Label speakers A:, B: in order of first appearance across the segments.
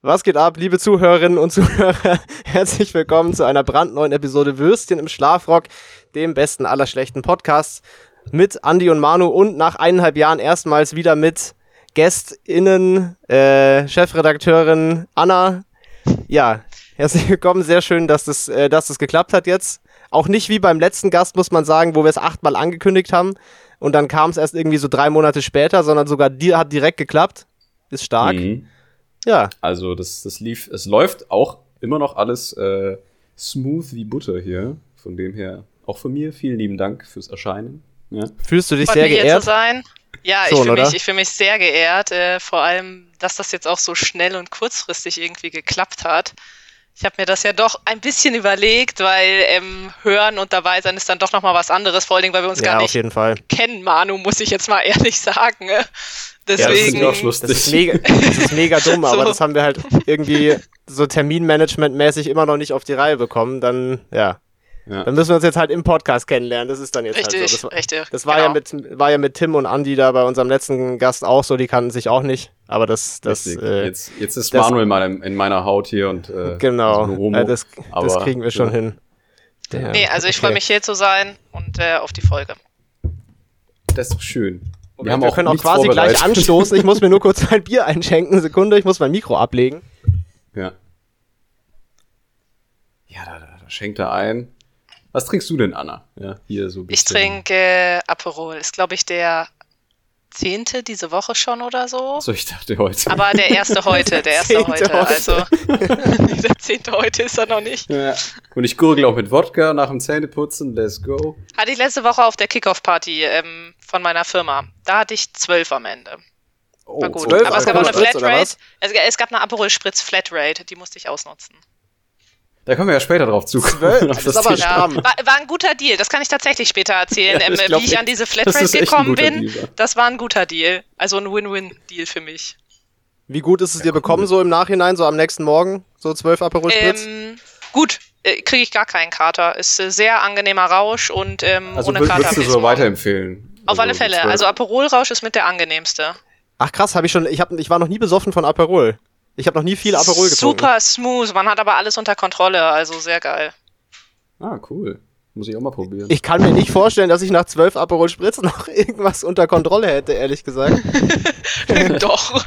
A: Was geht ab, liebe Zuhörerinnen und Zuhörer? Herzlich willkommen zu einer brandneuen Episode Würstchen im Schlafrock, dem besten aller schlechten Podcasts, mit Andy und Manu und nach eineinhalb Jahren erstmals wieder mit GästInnen, äh, Chefredakteurin Anna. Ja, herzlich willkommen, sehr schön, dass das, äh, dass das geklappt hat jetzt. Auch nicht wie beim letzten Gast, muss man sagen, wo wir es achtmal angekündigt haben und dann kam es erst irgendwie so drei Monate später, sondern sogar dir hat direkt geklappt. Ist stark.
B: Mhm.
A: Ja,
B: Also das, das lief, es läuft auch immer noch alles äh, smooth wie Butter hier. Von dem her, auch von mir, vielen lieben Dank fürs Erscheinen. Ja.
A: fühlst du dich
C: Freut
A: sehr
C: mich, hier zu
A: geehrt?
C: sein. Ja, ich
A: Schon,
C: fühle
A: oder?
C: mich, ich fühl mich sehr geehrt. Äh, vor allem, dass das jetzt auch so schnell und kurzfristig irgendwie geklappt hat. Ich habe mir das ja doch ein bisschen überlegt, weil ähm, Hören und dabei sein ist dann doch nochmal was anderes, vor allen Dingen, weil wir uns
A: Ja,
C: gar
A: auf
C: nicht
A: jeden Fall.
C: kennen, Manu, muss ich jetzt mal ehrlich sagen. ne?
B: Ja, das
C: Deswegen,
B: ist auch lustig.
A: Das ist mega, das ist mega dumm, aber
C: So.
A: das haben wir halt irgendwie so Terminmanagement-mäßig immer noch nicht auf die Reihe bekommen. Dann, ja.
B: Ja.
A: Dann müssen wir uns jetzt halt im Podcast kennenlernen. Das ist dann jetzt
C: richtig,
A: halt so. Das, war-
C: richtig.
A: das war,
C: genau.
A: ja mit, war ja mit Tim und Andy da bei unserem letzten Gast auch so, die kannten sich auch nicht. Aber das, das,
B: Richtig.
A: äh,
B: jetzt, jetzt ist
A: das-
B: Manuel mal in, in meiner Haut hier und äh,
A: genau,
B: so ein Homo.
A: äh, das, das
B: Aber-
A: kriegen wir schon
B: ja.
A: hin.
C: Nee, also ich freue mich hier zu sein und äh, auf die Folge.
B: Das ist schön.
A: Wir, wir, können auch
B: nichts
A: quasi gleich
B: vorbereitet.
A: anstoßen. Ich muss mir nur kurz mein Bier einschenken. Sekunde, ich muss mein Mikro ablegen.
B: Ja, ja da, da, da schenkt er ein. Was trinkst du denn, Anna? Ja, hier so ein
C: Ich
B: bisschen.
C: trinke äh, Aperol. Ist, glaube ich, der zehnte diese Woche schon oder so.
B: So, ich dachte heute.
C: Aber der erste heute, der erste
A: Zehnte
C: heute.
A: heute.
C: Also der zehnte heute ist er noch nicht.
B: Ja. Und ich gurgel auch mit Wodka nach dem Zähneputzen. Let's go.
C: Hatte ich letzte Woche auf der Kickoff-Party ähm, von meiner Firma. Da hatte ich zwölf am Ende.
B: Oh,
C: War gut.
A: zwölf
C: Aber es gab auch
A: Aperol
C: eine
A: Spritz, oder
C: Flatrate.
A: was?
C: Es, es gab eine Aperol Spritz Flatrate, die musste ich ausnutzen.
B: Da kommen wir ja später drauf zu.
A: Zwölf?
B: Auf
A: Das ist aber
B: Thema.
C: Ja,
A: stramm.
C: war, war ein guter Deal, das kann ich tatsächlich später erzählen,
B: Ja,
C: ähm,
B: ich glaub,
C: wie ich an diese
B: das
C: Flatrate
B: ist echt ein
C: gekommen
B: guter
C: bin.
B: Deal, ja.
C: das war ein guter Deal. Also ein Win-Win-Deal für mich.
A: Wie gut ist es dir bekommen, so im Nachhinein, so am nächsten Morgen? So zwölf Aperol Spritz?
C: Ähm, gut, äh, kriege ich gar keinen Kater. Ist äh, sehr angenehmer Rausch und ähm,
B: Also
C: ohne
B: wür-
C: Kater.
B: würdest du
C: bin
B: so
C: ich morgen.
B: weiterempfehlen?
C: Auf
B: Also
C: alle
B: die
C: Fälle.
B: zwölf.
C: Also Aperolrausch ist mit der angenehmste.
A: Ach krass, habe ich schon, ich, hab, ich war noch nie besoffen von Aperol. Ich habe noch nie viel Aperol getrunken.
C: Super smooth. Man hat aber alles unter Kontrolle. Also sehr geil.
B: Ah, cool. Muss ich auch mal probieren.
A: Ich kann mir nicht vorstellen, dass ich nach zwölf Aperol Spritz noch irgendwas unter Kontrolle hätte, ehrlich gesagt.
C: Doch.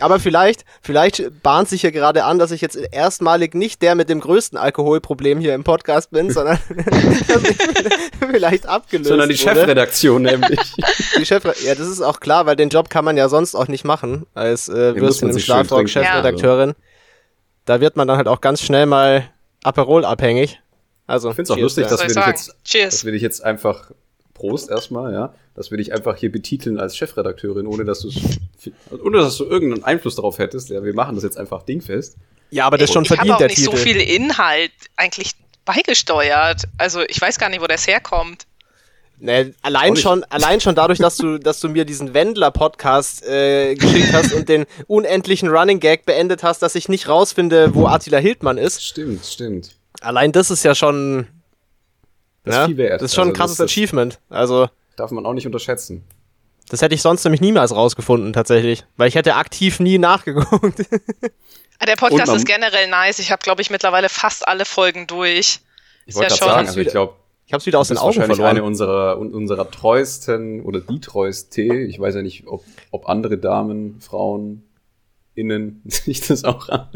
A: Aber vielleicht, vielleicht bahnt sich hier gerade an, dass ich jetzt erstmalig nicht der mit dem größten Alkoholproblem hier im Podcast bin, sondern dass ich vielleicht abgelöst
B: Sondern die
A: wurde.
B: Chefredaktion nämlich.
A: Die Chefre ja, das ist auch klar, weil den Job kann man ja sonst auch nicht machen, als äh,
B: muss
A: Würstchen
B: man
A: im
B: sich schön
A: Schlafrock,
B: trinken,
A: Chefredakteurin. Da wird man dann halt auch ganz schnell mal Aperol abhängig. Also,
B: Ich find's auch
A: cheers,
B: lustig,
A: ja.
B: dass-
C: Soll ich
B: will ich
C: sagen.
B: jetzt- Das
C: Cheers.
B: will ich jetzt einfach. Prost erstmal, ja. Das will ich einfach hier betiteln als Chefredakteurin, ohne dass du ohne dass du irgendeinen Einfluss darauf hättest. Ja, wir machen das jetzt einfach dingfest.
A: Ja, aber das ist schon
C: Ich habe
A: verdient,
C: auch
A: der
C: nicht
A: Titel.
C: so viel Inhalt eigentlich beigesteuert. Also ich weiß gar nicht, wo das herkommt.
A: Nee,
B: Auch
A: allein,
B: nicht.
A: schon, allein schon dadurch, dass du, dass du mir diesen Wendler-Podcast äh, geschickt hast und den unendlichen Running Gag beendet hast, dass ich nicht rausfinde, wo Attila Hildmann ist.
B: Stimmt, stimmt.
A: Allein das ist ja schon.
B: Das ist
A: ja,
B: viel wert.
A: Das ist schon ein
B: Also, das
A: krasses
B: ist-
A: Achievement. Also,
B: Darf man auch nicht unterschätzen.
A: das hätte ich sonst nämlich niemals rausgefunden, tatsächlich. Weil ich hätte aktiv nie nachgeguckt.
C: Ah, Der Podcast
B: man-
C: ist generell nice. Ich habe, glaube ich, mittlerweile fast alle Folgen durch.
B: Ich
C: Ist ja
B: wollte gerade
C: schon-
B: sagen, also ich glaube,
A: Ich hab's wieder aus den
B: das ist
A: Augen
B: wahrscheinlich eine
A: verloren.
B: unserer, un- unserer treuesten oder die treueste. Ich weiß ja nicht, ob, ob andere Damen, Frauen, Innen sich das auch an.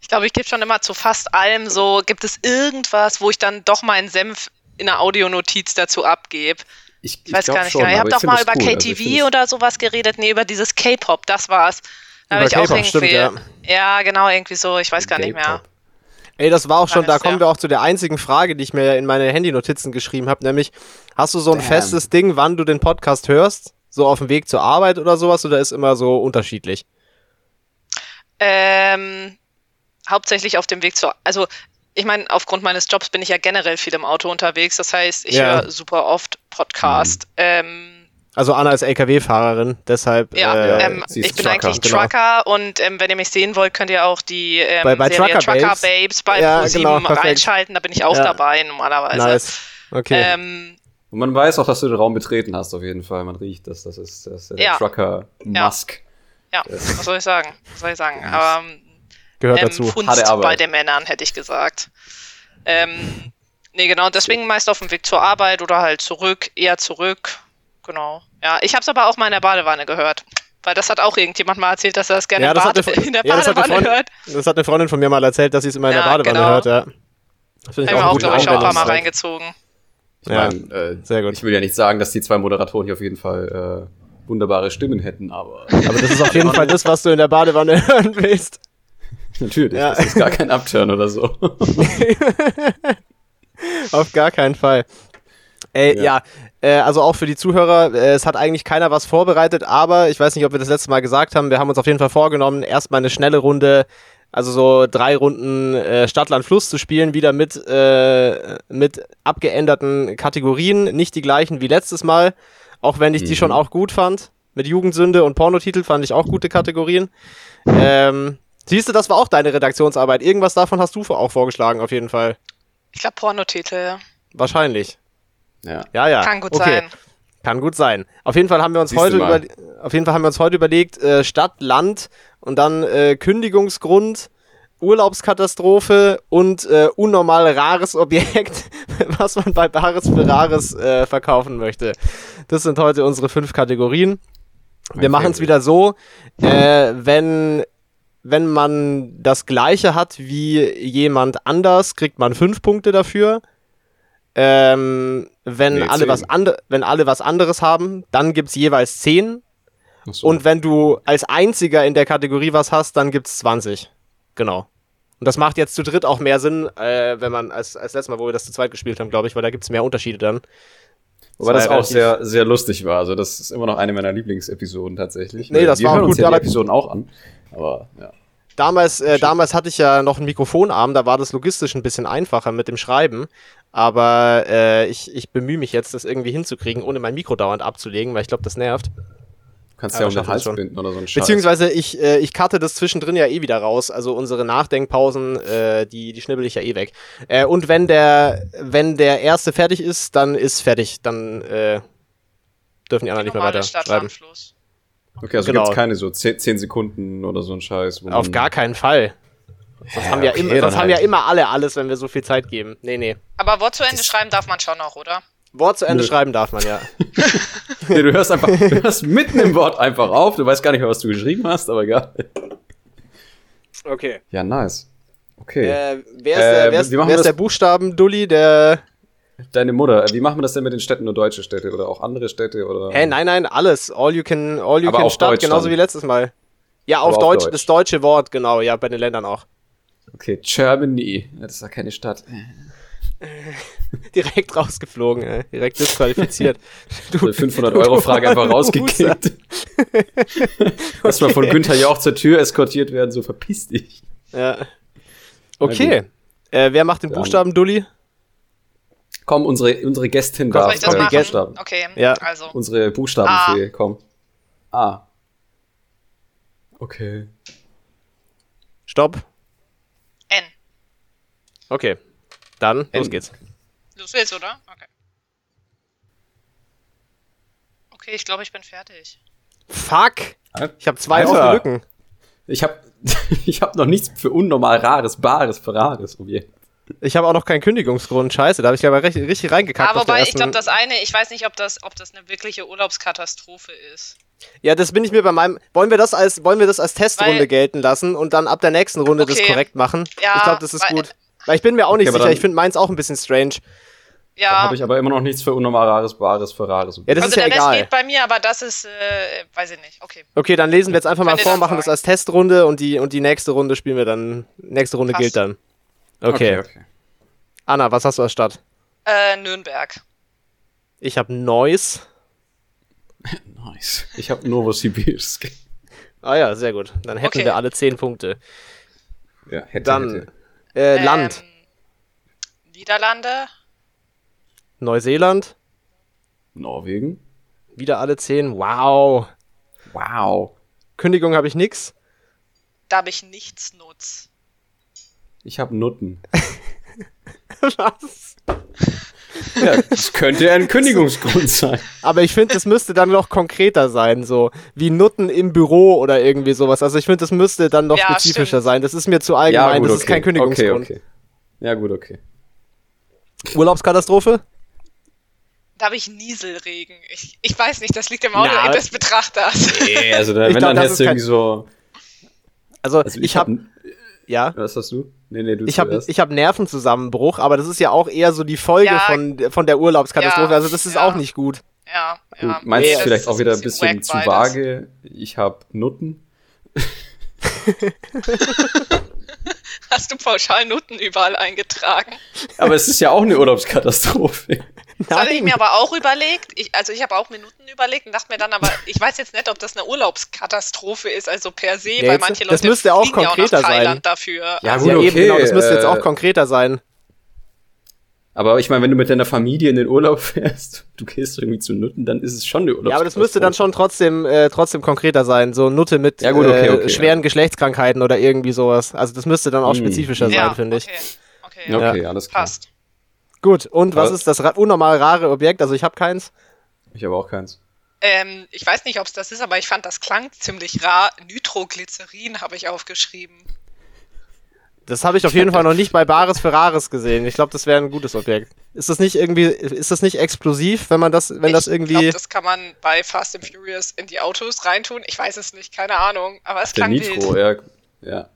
C: Ich glaube, ich gebe schon immer zu fast allem so, gibt es irgendwas, wo ich dann doch meinen Senf in einer Audionotiz dazu abgebe. Ich, weiß
B: glaub
C: gar nicht
B: schon,
C: genau. Ihr
B: aber
C: habt
B: ich
C: doch
B: find
C: mal
B: das
C: über
B: cool. Also ich
C: KTV
B: find das-
C: oder sowas geredet. Nee, über dieses K-Pop, das war's. Da habe
A: Über
C: ich auch
A: K-Pop,
C: irgendwie.
A: stimmt,
C: ja. genau, irgendwie so. Ich weiß gar nicht mehr.
B: K-Pop.
A: Ey, das war auch schon, da
C: Alles,
A: kommen
C: ja.
A: wir auch zu der einzigen Frage, die ich mir in meine Handynotizen geschrieben habe, nämlich, hast du so ein
B: Damn.
A: festes Ding, wann du den Podcast hörst? So auf dem Weg zur Arbeit oder sowas? Oder ist immer so unterschiedlich?
C: Ähm, hauptsächlich auf dem Weg zur. Also, ich meine, aufgrund meines Jobs bin ich ja generell viel im Auto unterwegs. Das heißt, ich
A: Ja.
C: höre super oft Podcast. Ähm,
A: Also Anna ist LKW-Fahrerin, deshalb
C: Ja,
A: äh,
C: ähm,
B: sie ist
C: ich bin
B: Trucker.
C: eigentlich
A: Genau.
C: Trucker und ähm, wenn ihr mich sehen wollt, könnt ihr auch die ähm,
A: Bei- bei
C: Serie
A: Trucker
C: Trucker,
A: Babes.
C: Babes, bei
A: Ja,
C: ProSieben
A: genau, perfekt.
C: reinschalten. Da bin ich auch
A: Ja.
C: dabei normalerweise.
A: nice. Okay.
C: also, Ähm,
B: Und man weiß auch, dass du den Raum betreten hast, auf jeden Fall. Man riecht das. Das ist, das ist der
C: Ja.
B: Trucker Musk.
C: Ja, was soll ich sagen? Was soll ich sagen? Aber ähm,
A: Äh. Gehört
C: ähm,
A: dazu.
B: Harte
C: Funst
B: Arbeit.
C: bei den Männern, hätte ich gesagt. Ähm, nee, genau, deswegen meist auf dem Weg zur Arbeit oder halt zurück, eher zurück. Genau. Ja, ich habe es aber auch mal in der Badewanne gehört. Weil das hat auch irgendjemand mal erzählt, dass er das gerne
A: Ja,
C: im
A: das hat,
C: Bad,
A: eine,
C: in der
A: ja, das, hat eine
C: Badewanne
A: Freundin,
C: hört.
A: das hat eine Freundin von mir mal erzählt, dass sie es immer in der
C: Ja,
A: Badewanne
C: genau.
A: hört. Ja. Das finde
C: Ich habe auch,
A: einen guten
C: glaube ich, schon ein paar Mal
A: Anwendungszweck.
C: reingezogen.
B: Ich
A: Ja,
B: mein, äh,
A: sehr gut.
B: Ich will ja nicht sagen, dass die zwei Moderatoren hier auf jeden Fall äh, wunderbare Stimmen hätten, aber
A: Aber das ist auf jeden Fall das, was du in der Badewanne hören willst.
B: natürlich,
A: Ja.
B: das ist gar kein Upturn oder so.
A: Auf gar keinen Fall. Äh, ja,
B: Ja.
A: äh, also auch für die Zuhörer, äh, es hat eigentlich keiner was vorbereitet, aber ich weiß nicht, ob wir das letzte Mal gesagt haben, wir haben uns auf jeden Fall vorgenommen, erstmal eine schnelle Runde, also so drei Runden äh, Stadt, Land, Fluss zu spielen, wieder mit, äh, mit abgeänderten Kategorien, nicht die gleichen wie letztes Mal, auch wenn ich die
B: Mhm.
A: schon auch gut fand. Mit Jugendsünde und Pornotitel fand ich auch gute Kategorien. Ähm, siehst du, das war auch deine Redaktionsarbeit. Irgendwas davon hast du auch vorgeschlagen, auf jeden Fall.
C: Ich glaube, Pornotitel.
A: Wahrscheinlich.
B: ja.
A: Ja, ja.
C: Kann gut
A: Okay.
C: sein.
A: Kann gut sein. Auf jeden Fall haben wir uns
B: Siehst
A: heute
B: du
A: über,
B: mal.
A: auf jeden Fall haben wir uns heute überlegt äh, Stadt, Land und dann äh, Kündigungsgrund, Urlaubskatastrophe und äh, unnormal rares Objekt, was man bei Bares für Rares äh, verkaufen möchte. Das sind heute unsere fünf Kategorien. Wir
B: Mein
A: machen es
B: Favorite.
A: wieder so, äh, wenn wenn man das gleiche hat wie jemand anders, kriegt man fünf Punkte dafür. Ähm, wenn,
B: Nee,
A: alle
B: zehn.
A: was ande wenn alle was anderes haben, dann gibt's jeweils 10.
B: Ach so.
A: Und wenn du als einziger in der Kategorie was hast, dann gibt's 20. Genau. Und das macht jetzt zu dritt auch mehr Sinn, äh, wenn man als, als letztes Mal, wo wir das zu zweit gespielt haben, glaube ich, weil da gibt's mehr Unterschiede dann.
B: Wobei das
A: Zwei
B: auch
A: relativ-
B: sehr, sehr lustig war. Also, das ist immer noch eine meiner Lieblingsepisoden tatsächlich.
A: Nee, das
B: Wir
A: war
B: hören
A: auch
B: uns
A: gut,
B: ja die
A: aber-
B: Episoden auch an. Aber ja.
A: Damals, äh, damals hatte ich ja noch einen Mikrofonarm, da war das logistisch ein bisschen einfacher mit dem Schreiben. Aber äh, ich, ich bemühe mich jetzt, das irgendwie hinzukriegen, ohne mein Mikro dauernd abzulegen, weil ich glaube, das nervt.
B: Du kannst
A: Aber
B: ja um den
A: schaffen wir
B: Hals
A: schon.
B: binden oder so ein Scheiß.
A: Beziehungsweise ich, äh, ich cutte das zwischendrin ja eh wieder raus. Also unsere Nachdenkpausen, äh, die, die schnibbel ich ja eh weg. Äh, und wenn der, wenn der erste fertig ist, dann ist fertig. Dann äh, dürfen die anderen nicht mehr
C: Normale
A: weiter
C: Stadt,
A: schreiben.
C: Land, Fluss.
B: Okay, also
A: Genau.
B: gibt's keine so 10, 10 Sekunden oder so ein Scheiß. Wo
A: Auf gar keinen Fall.
B: Das
A: Haben ja, immer, das haben
B: halt.
A: ja immer alle alles, wenn wir so viel Zeit geben. Nee, nee.
C: Aber Wort zu Ende schreiben darf man schon noch, oder?
A: Wort zu Ende
B: Nö.
A: schreiben darf man ja.
B: Nee, du hörst einfach, du hörst mitten im Wort einfach auf. Du weißt gar nicht mehr, was du geschrieben hast, aber egal.
A: Okay.
B: Ja, nice. Okay.
A: Äh, wer ist, der,
B: Äh,
A: wer ist,
B: wir machen
A: wer ist
B: das-
A: der Buchstaben-Dulli, der.
B: Deine Mutter, äh, wie machen wir das denn mit den Städten? Nur deutsche Städte oder auch andere Städte? Oder?
A: Hä, nein, nein, alles. All you can, all you
B: Hm. Aber
A: can
B: auf
A: Stadt,
B: Deutsch
A: genauso
B: dann.
A: wie letztes Mal. Ja,
B: Aber
A: auf
B: auf
A: Deutsch,
B: Deutsch.
A: das deutsche Wort, genau, ja, bei den Ländern auch.
B: Okay, Germany. Ja, das ist ja keine Stadt.
A: Direkt rausgeflogen, ey. direkt disqualifiziert. Du,
B: 500-Euro-Frage einfach
A: du
B: rausgekickt. Erstmal von Günther Jauch zur Tür eskortiert werden, so verpiss dich.
A: ja. Okay. Äh, wer macht den
B: Dann-
A: Buchstaben, Dulli?
B: Komm, unsere, unsere Gästin
A: Komm,
C: Soll
B: darf
C: ich das
A: äh,
C: machen?
B: Buchstaben.
C: Okay,
A: Ja.
C: also.
B: Unsere Buchstabenfee, komm. Ah. Okay.
A: Stopp.
C: N.
A: Okay. Dann, los
B: N.
A: geht's.
C: Los willst, oder? Okay. Okay, ich glaube, ich bin fertig.
A: Fuck!
B: Ah.
A: Ich habe zwei
B: Alter.
A: offene Lücken.
B: Ich habe ich hab noch nichts für unnormal rares, bares, ferrares Objekt.
A: Ich habe auch noch keinen Kündigungsgrund. Scheiße, da habe ich aber recht, richtig reingekackt.
C: Aber
A: auf der
C: Ah, wobei, ich
A: ersten-
C: glaube, das eine, ich weiß nicht, ob das, ob das eine wirkliche Urlaubskatastrophe ist.
A: Ja, das bin ich mir bei meinem. Wollen wir das als, wollen wir das als Testrunde
C: Weil-
A: gelten lassen und dann ab der nächsten Runde das
C: Okay.
A: korrekt machen?
C: Ja,
A: ich glaube, das ist
C: weil-
A: gut. Weil ich bin mir auch nicht
B: Okay, aber
A: sicher.
B: dann-
A: Ich finde meins auch ein bisschen strange.
B: Da
C: Ja,
B: habe ich aber immer noch nichts für unnormal rares, bares, ferrares Objekt.
A: Ja, das
C: also
A: ist ja
C: der Rest
A: egal.
C: geht bei mir, aber das ist, äh, weiß ich nicht. Okay,
A: Okay, dann lesen wir jetzt einfach mal
C: Wenn ihr
A: vor,
C: das
A: machen das
C: sagt.
A: als Testrunde und die, und die nächste Runde spielen wir dann. Nächste Runde
C: Passt.
A: gilt dann. Okay. Anna, was hast du als Stadt?
C: äh, Nürnberg.
A: Ich habe Neuss.
B: Nice. Ich habe Novosibirsk.
A: Ah ja, sehr gut. Dann hätten
C: Okay.
A: wir alle zehn Punkte.
B: Ja, hätte,
A: Dann
B: hätte.
A: äh, Land.
C: Ähm, Niederlande,
A: Neuseeland.
B: Norwegen.
A: Wieder alle zehn. Wow.
B: Wow.
A: Kündigung habe ich nix.
C: da habe ich nichts nutz.
B: Ich habe Nutten.
A: was?
B: Ja, das könnte ein Kündigungsgrund sein.
A: Aber ich finde, es müsste dann noch konkreter sein, so wie Nutten im Büro oder irgendwie sowas. Also ich finde, es müsste dann noch
C: Ja,
A: spezifischer
C: stimmt.
A: sein. Das ist mir zu allgemein,
B: gut,
A: das ist kein Kündigungsgrund.
B: Okay, okay. Ja, gut, okay.
A: Urlaubskatastrophe?
C: Da habe ich Nieselregen. Ich, ich weiß nicht, das liegt im Auge
B: Na,
C: des Betrachters.
B: Nee, also da,
A: Ich
B: wenn
A: glaub,
B: dann
A: das
B: hättest
A: ist
B: du
A: kein-
B: irgendwie so.
A: Also,
B: Also
A: ich habe
B: hab-
A: ja,
B: Was hast du? Nee, nee, du
A: ich habe
B: zuerst.
A: ich hab Nervenzusammenbruch, aber das ist ja auch eher so die Folge
C: Ja.
A: von, von der Urlaubskatastrophe.
C: Ja,
A: also das ist
C: ja.
A: auch nicht gut.
C: Ja,
B: Gut,
C: ja.
B: meinst
C: Nee,
B: du
C: das
B: vielleicht
C: ist
B: auch wieder ein bisschen
C: wack
B: zu
C: beides.
B: vage? Ich habe Nutten.
C: Hast du pauschal Noten überall eingetragen?
B: Aber es ist ja auch eine Urlaubskatastrophe.
C: Das hatte ich mir aber auch überlegt. Ich, also ich habe auch Minuten überlegt und dachte mir dann aber, ich weiß jetzt nicht, ob das eine Urlaubskatastrophe ist, also per se,
A: Ja,
C: weil
A: jetzt-
C: manche Leute
A: das müsste auch
C: fliegen ja
A: konkreter
C: nach
A: sein.
C: Thailand dafür. Also,
B: Ja, äh,
A: ja, eben, genau, das müsste jetzt auch konkreter sein.
B: Aber ich meine, wenn du mit deiner Familie in den Urlaub fährst, du gehst irgendwie zu Nutten, dann ist es schon eine Urlaubskatastrophe.
A: Ja, aber das müsste dann schon trotzdem, äh, trotzdem konkreter sein. So Nutte mit
B: Ja, gut, okay,
A: äh,
B: okay,
A: schweren Geschlechtskrankheiten oder irgendwie sowas. Also das müsste dann auch
B: Hm.
A: spezifischer sein, finde ich.
C: Okay, okay, ja.
B: Okay, alles klar.
C: passt.
A: Gut, und was
B: Aber-
A: ist das ra unnormal rare Objekt? Also ich habe keins.
B: Ich habe auch keins.
C: Ähm, ich weiß nicht, ob es das ist, aber ich fand, das klang ziemlich rar. Nitroglycerin habe ich aufgeschrieben.
A: Das habe ich auf jeden Fall noch nicht bei Bares für Rares gesehen. Ich glaube, das wäre ein gutes Objekt. Ist das nicht irgendwie, ist das nicht explosiv, wenn man das, wenn das
C: ich
A: irgendwie.
C: glaube, das kann man bei Fast and Furious in die Autos reintun. Ich weiß es nicht, keine Ahnung. Aber es
B: Der
C: klang
B: Nitro,
C: wild.
B: ja. Ja,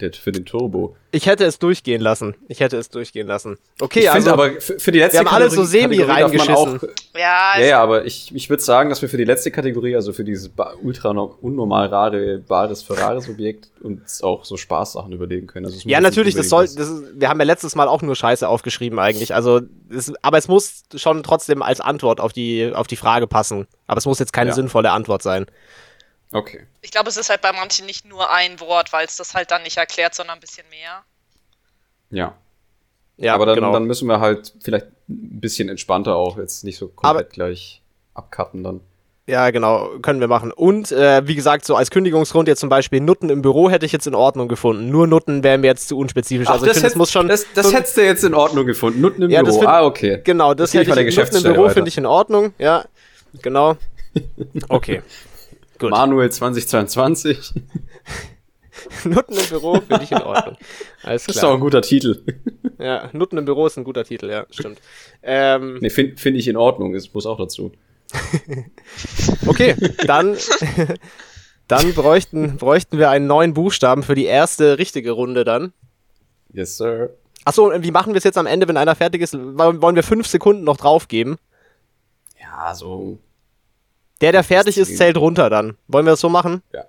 B: der für den Turbo.
A: ich hätte es durchgehen lassen. Ich hätte es durchgehen lassen. Okay,
B: ich
A: also.
B: finde aber für, für die letzte
A: wir haben alle so semi
B: Kategorie darf man auch-
A: reingeschissen.
C: Ja,
B: Ja, ja, aber ich, ich würde sagen, dass wir für die letzte Kategorie, also für dieses ba- ultra no- unnormal rare Bares für rares Objekt uns auch so Spaßsachen überlegen können. Also es muss
A: ja,
B: jetzt nicht
A: natürlich, das soll,
B: unbedingt
A: das ist, wir haben ja letztes Mal auch nur Scheiße aufgeschrieben eigentlich. Also, es, aber es muss schon trotzdem als Antwort auf die, auf die Frage passen. Aber es muss jetzt keine
B: Ja.
A: sinnvolle Antwort sein.
B: was- Okay.
C: Ich glaube, es ist halt bei manchen nicht nur ein Wort, weil es das halt dann nicht erklärt, sondern ein bisschen mehr.
B: Ja.
A: Ja,
B: aber dann,
A: genau.
B: dann müssen wir halt vielleicht ein bisschen entspannter auch jetzt nicht so komplett
A: Aber-
B: gleich abcutten dann.
A: Ja, genau, können wir machen. Und äh, wie gesagt, so als Kündigungsgrund jetzt zum Beispiel Nutten im Büro hätte ich jetzt in Ordnung gefunden. Nur Nutten wären mir jetzt zu unspezifisch. also ich finde, es muss schon.
B: das, das
A: so,
B: hättest du jetzt in Ordnung gefunden. Nutten im
A: Ja, das
B: Büro.
A: find-
B: ah, okay.
A: genau, das
B: geht
A: hätte
B: bei der
A: ich Nutten im
B: Geschäftsstelle
A: Büro
B: weiter.
A: finde ich in Ordnung. Ja, genau. Okay. Gut.
B: Manuel 2022.
A: Nutten im Büro finde ich in Ordnung. Alles
B: Das ist doch
A: klar.
B: ein guter Titel.
A: Ja, Nutten im Büro ist ein guter Titel, ja, stimmt. Ähm,
B: Nee, finde find ich in Ordnung. Es muss auch dazu.
A: Okay, dann, dann bräuchten, bräuchten wir einen neuen Buchstaben für die erste richtige Runde dann.
B: Yes, sir.
A: Achso, und wie machen wir es jetzt am Ende, wenn einer fertig ist? Wollen wollen wir fünf Sekunden noch draufgeben?
B: Ja, so.
A: Der, der fertig
B: Das
A: ist,
B: Ding.
A: zählt runter dann. Wollen wir das so machen?
B: Ja.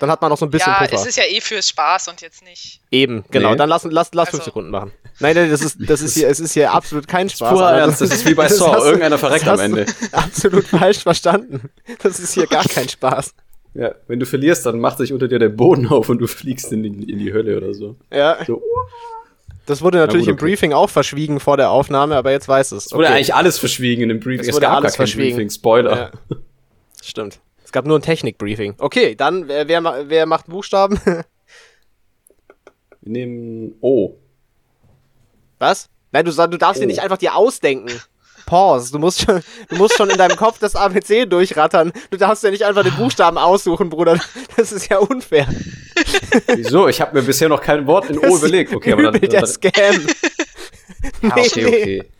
A: Dann hat man noch so ein bisschen
C: ja, es
A: Puffer.
C: ist ja eh fürs Spaß und jetzt nicht.
A: Eben, genau.
B: Nee.
A: Dann lass, lass, lass fünf
C: Also-
A: Sekunden machen. Nein, nein, das ist, das ist hier, es ist hier absolut kein Spaß.
B: Purer
A: Alter.
B: Ernst, das ist wie bei Saw.
A: hast du-
B: Irgendeiner verreckt
A: das
B: am
A: hast du Absolut falsch verstanden. Das ist hier gar kein Spaß.
B: Ja, wenn du verlierst, dann macht sich unter dir der Boden auf und du fliegst in die, in die Hölle oder so.
A: Ja,
B: so
A: das wurde natürlich
B: gut,
A: im
B: okay.
A: Briefing auch verschwiegen vor der Aufnahme, aber jetzt weiß es.
B: es wurde
A: Okay.
B: eigentlich alles verschwiegen in dem Briefing.
A: Es
B: Es,
A: wurde
B: gab gar
A: alles
B: kein
A: verschwiegen.
B: Briefing. Spoiler.
A: Ja. Stimmt. Es gab nur ein Technikbriefing. Okay, dann wer, wer, ma- wer macht Buchstaben?
B: Wir nehmen O.
A: Was? Nein, du, sa- du darfst dir
B: Oh.
A: nicht einfach dir ausdenken. Pause. Du musst schon, du musst schon in deinem Kopf das ABC durchrattern. Du darfst ja nicht einfach den Buchstaben aussuchen, Bruder. Das ist ja unfair.
B: Oh, Wieso? Ich habe mir bisher noch kein Wort in O
A: Das
B: überlegt.
A: ist
B: Okay, aber dann.
A: übel
B: dann,
A: der Scam.
B: ah, okay,
A: nee, nee.
B: okay.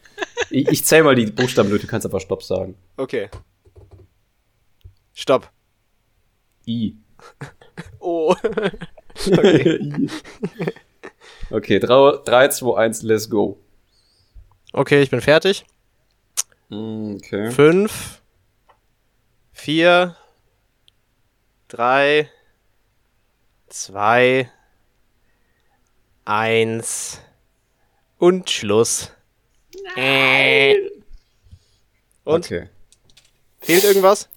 B: Ich, ich zähl mal die Buchstaben durch, du kannst einfach Stopp sagen.
A: Okay. Stopp.
B: I.
A: Oh.
B: I. Okay, 3, 2, 1, let's go.
A: Okay, ich bin fertig.
B: Mm, Okay.
A: Fünf, vier, drei, zwei, eins und Schluss. Äh. Und
B: Okay.
A: fehlt irgendwas?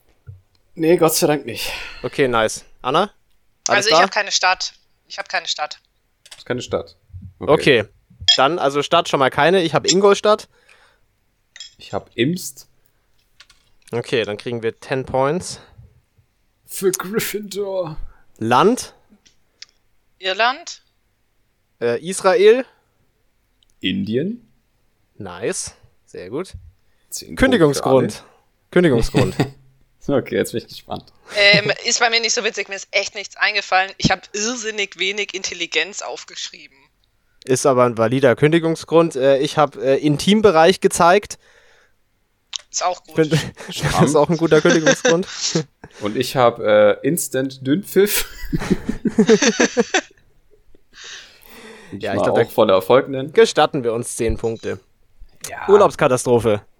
B: Nee, Gott sei Dank nicht.
A: Okay, nice. Anna? Alles
C: also ich
A: klar?
C: habe keine Stadt. Ich habe keine Stadt.
B: Das ist keine Stadt.
A: Okay. Dann, also Stadt schon mal keine. Ich habe Ingolstadt.
B: Ich habe Imst
A: Okay, dann kriegen wir 10 Points.
B: für Gryffindor.
A: Land,
C: Irland?
A: äh, Israel.
B: Indien.
A: Nice. Sehr gut.
B: Zehn
A: Kündigungsgrund. Kündigungsgrund.
B: Punkte. Okay, jetzt bin ich gespannt.
C: Ähm, ist bei mir nicht so witzig, mir ist echt nichts eingefallen. Ich habe irrsinnig wenig Intelligenz aufgeschrieben.
A: Ist aber ein valider Kündigungsgrund. Äh, ich habe äh, Intimbereich gezeigt.
C: Ist auch gut.
A: Find, das ist auch ein guter Kündigungsgrund.
B: Und ich habe äh, Instant Dünnpfiff.
A: Ja,
B: ja,
A: ich
B: ich
A: glaub,
B: glaube
A: da-
B: auch voller Erfolg nennen.
A: Gestatten wir uns 10 Punkte.
B: Ja.
A: Urlaubskatastrophe.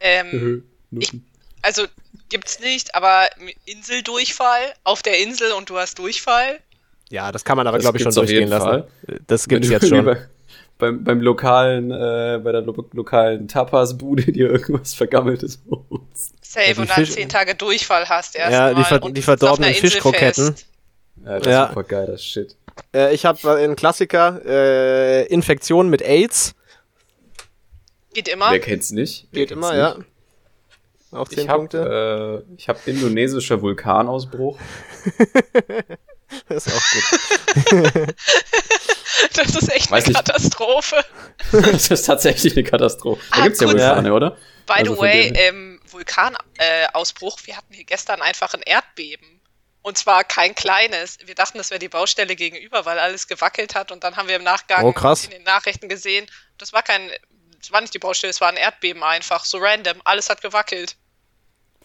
A: Mhm.
C: Ähm,
B: Nö, nö.
C: Ich- also gibt's nicht, aber Inseldurchfall auf der Insel und du hast Durchfall.
A: Ja, das kann man aber,
B: Das
A: glaube ich, schon
B: gibt's auf
A: durchgehen
B: jeden
A: lassen. Das gibt's
B: Wenn du
A: jetzt schon.
B: irgendwie bei- Beim, beim lokalen, äh, bei der lo lokalen Tapas-Bude dir irgendwas vergammeltes holst.
C: Safe
A: die
C: und dann
A: Fisch-
C: zehn Tage Durchfall hast erst.
A: Ja, die
C: mal
A: ver-
C: und
A: die
C: sitzt auf
A: verdorbenen
C: einer Insel
A: Fischkroketten.
C: fest.
B: Ja, das
A: Ja.
B: ist super geil, das Shit.
A: Äh, ich habe einen Klassiker: äh, Infektion mit AIDS.
C: Geht immer.
B: Wer kennt's nicht? Wer
A: Geht
B: kennt's
A: immer,
B: nicht?
A: ja. Auf 10
B: Ich habe
A: Punkte.
B: äh, ich hab indonesischer Vulkanausbruch. äh,
A: Das ist auch gut.
C: Das ist echt
B: Weiß
C: eine
B: nicht.
C: Katastrophe.
B: das ist tatsächlich eine Katastrophe. Da
C: Ah,
B: gibt's ja
C: cool.
B: Vulkane, oder?
C: By
B: Also
C: the
B: von
C: way,
B: dem her.
C: ähm, Vulkanausbruch, wir hatten hier gestern einfach ein Erdbeben. Und zwar kein kleines. Wir dachten, das wäre die Baustelle gegenüber, weil alles gewackelt hat. Und dann haben wir im Nachgang
A: Oh, krass.
C: in den Nachrichten gesehen, das war kein, das war nicht die Baustelle, es war ein Erdbeben einfach, so random. Alles hat gewackelt.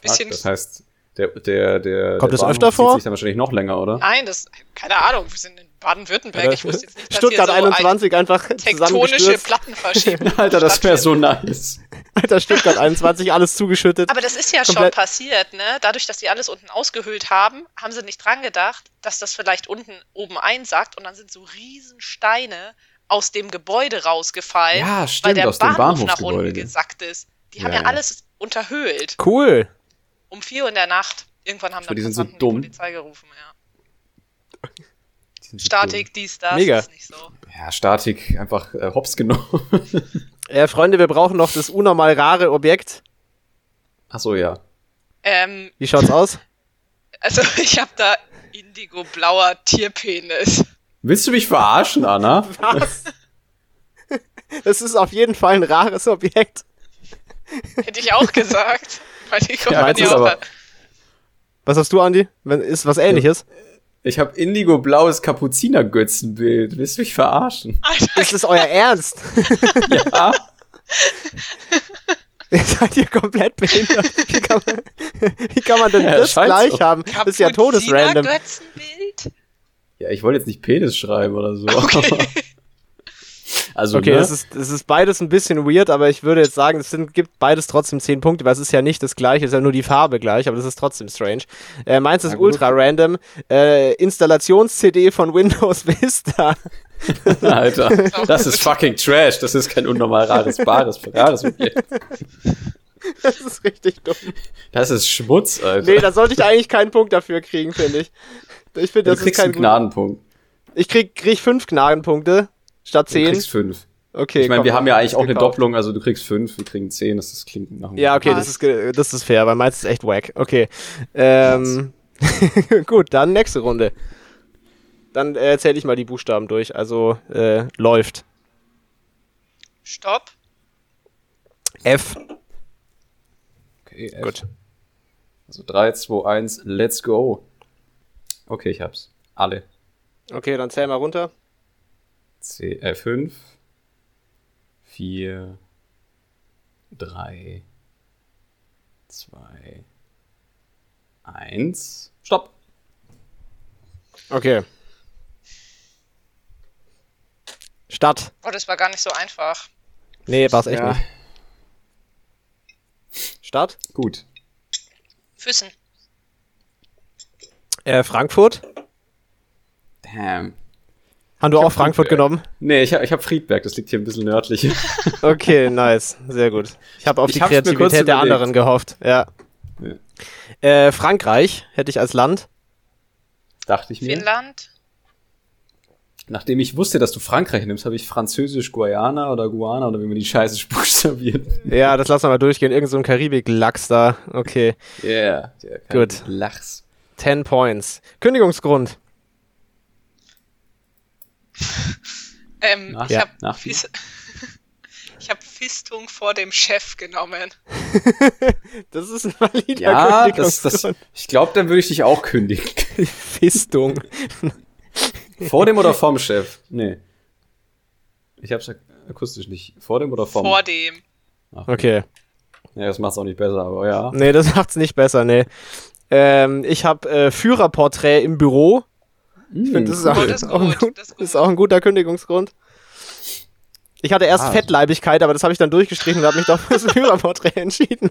C: Bisschen.
B: Fuck, das heißt, der, der, der,
A: Kommt
B: der
A: das öfter
B: zieht
A: vor?
B: sich dann wahrscheinlich noch länger, oder?
C: nein, das, keine Ahnung, wir sind in Baden-Württemberg. Ich wusste jetzt nicht, dass
A: Stuttgart
C: hier so
A: 21 einfach
C: ein tektonische
A: zusammengestürzt.
C: Plattenverschiebung.
B: Alter, das wäre
C: stattfindet.
B: so nice.
A: Alter, Stuttgart 21, alles zugeschüttet.
C: Aber das ist ja schon
A: Komplett-
C: passiert, ne? Dadurch, dass die alles unten ausgehöhlt haben, haben sie nicht dran gedacht, dass das vielleicht unten oben einsackt und dann sind so riesen Steine aus dem Gebäude rausgefallen,
B: Ja,
C: weil
B: stimmt,
C: der
B: aus dem
C: Bahnhof nach
B: Bahnhofsgebäude. ne?
C: unten gesackt ist. Die haben ja,
B: Ja, ja.
C: alles unterhöhlt.
A: Cool.
C: Um vier Uhr in der Nacht. Irgendwann haben
B: Aber die sind so
C: Passanten
B: dumm.
C: die Polizei gerufen, ja. Statik, dies, das,
A: Mega.
C: ist nicht so.
B: Ja, Statik einfach äh, hops genommen.
A: Äh, Freunde, wir brauchen noch das unnormal rare Objekt.
B: Achso, ja.
C: Ähm,
A: Wie schaut's aus?
C: also ich habe da indigo-blauer Tierpenis.
B: Willst du mich verarschen, Anna?
A: Was? Das ist auf jeden Fall ein rares Objekt.
C: Hätte ich auch gesagt. Weil die kommen
B: Ja,
C: ja,
B: jetzt
C: die
B: ist
C: auch
B: aber-
A: Was hast du, Andi? Wenn, ist was ähnliches?
B: Ich habe indigo-blaues Kapuzinergötzenbild. Willst du mich verarschen? Ah?
C: Alter,
A: Ist es euer Ernst?
B: Ja.
A: Ihr seid hier komplett behindert. Wie kann man, wie kann man denn
B: Ja,
A: das
B: scheint
A: gleich
B: so.
A: haben? Das ist ja todesrandom.
C: Götzenbild?
B: Ja, ich wollte jetzt nicht Penis schreiben oder so. also,
A: Okay,
B: ne?
A: es ist, es ist beides ein bisschen weird, aber ich würde jetzt sagen, es sind, gibt beides trotzdem 10 Punkte, weil es ist ja nicht das gleiche, es ist ja nur die Farbe gleich, aber das ist trotzdem strange. Äh, meins ist
B: Na gut.
A: ultra random. Äh, Installations-CD von Windows Vista.
B: Alter, das ist fucking Trash. Das ist kein unnormal rares, bares, rares Objekt.
A: Das ist richtig dumm.
B: Das ist Schmutz, Alter.
A: Nee, da sollte ich eigentlich keinen Punkt dafür kriegen, finde ich. Ich finde,
B: du
A: das ist
B: kriegst
A: kein
B: einen
A: guter-
B: Gnadenpunkt.
A: Ich krieg, krieg fünf Gnadenpunkte statt
B: Du
A: zehn.
B: kriegst fünf.
A: Okay,
B: ich meine,
A: komm,
B: wir haben ja eigentlich auch eine
A: gekauft.
B: Doppelung, also du kriegst fünf, wir kriegen zehn, das, das klingt nach einem-
A: Ja, okay, das
C: Was?
A: ist, ge- das ist fair, weil meins ist echt wack. Okay. Ähm, gut, dann nächste Runde. Dann äh, zähle ich mal die Buchstaben durch. Also äh, läuft.
C: Stopp.
A: F.
B: Okay, F.
A: Gut.
B: Also 3, 2, 1, let's go. Okay, ich hab's. Alle.
A: Okay, dann zähl mal runter.
B: C, äh, 5, 4, 3, 2, 1. Stopp.
A: Okay. Stadt.
C: Oh, das war gar nicht so einfach.
A: Nee, war's echt
B: Ja,
A: nicht. Stadt.
B: Gut.
C: Füssen.
A: Äh, Frankfurt.
B: Damn.
A: Haben du auch
B: hab
A: Frankfurt
B: Frankfurt,
A: genommen?
B: Nee, ich hab, ich hab Friedberg, das liegt hier ein bisschen nördlich.
A: Okay, nice. Sehr gut. Ich habe auf
B: Ich
A: die
B: hab's mir kurz
A: Kreativität der
B: überlegt.
A: anderen gehofft. Ja. Äh, Frankreich hätte ich als Land.
B: Dachte ich mir.
C: Finnland.
B: Nachdem ich wusste, dass du Frankreich nimmst, habe ich Französisch Guayana oder Guana oder wie man die Scheiße buchstabiert.
A: Ja, das lassen wir mal durchgehen. Irgend so ein Karibik-Lachs da. Okay.
B: Yeah. Der kann
A: Gut.
B: Lachs.
A: 10 Points. Kündigungsgrund.
C: Ähm,
B: Nach-
C: ich
B: ja,
C: habe
B: nach-
C: ich Ich habe Fistung vor dem Chef genommen.
A: Das ist ein valider
B: Ja, das, das,
A: Kündigungsgrund.
B: ich glaube, dann würde ich dich auch kündigen.
A: Fistung.
B: Vor dem oder vorm Chef? Nee. Ich hab's ak- akustisch nicht. Vor dem oder vorm?
C: Vor dem.
A: Okay.
B: Ja, das macht's auch nicht besser, aber ja.
A: Nee, das macht's nicht besser, nee. Ähm, ich habe äh, Führerporträt im Büro. Ich find, Mm. das ist auch,
C: Oh, das ist
A: auch, ein
C: gut,
A: gut,
C: das ist gut.
A: ist auch ein guter Kündigungsgrund. Ich hatte erst
B: Ah.
A: Fettleibigkeit, aber das habe ich dann durchgestrichen und habe mich doch fürs Führerporträt entschieden.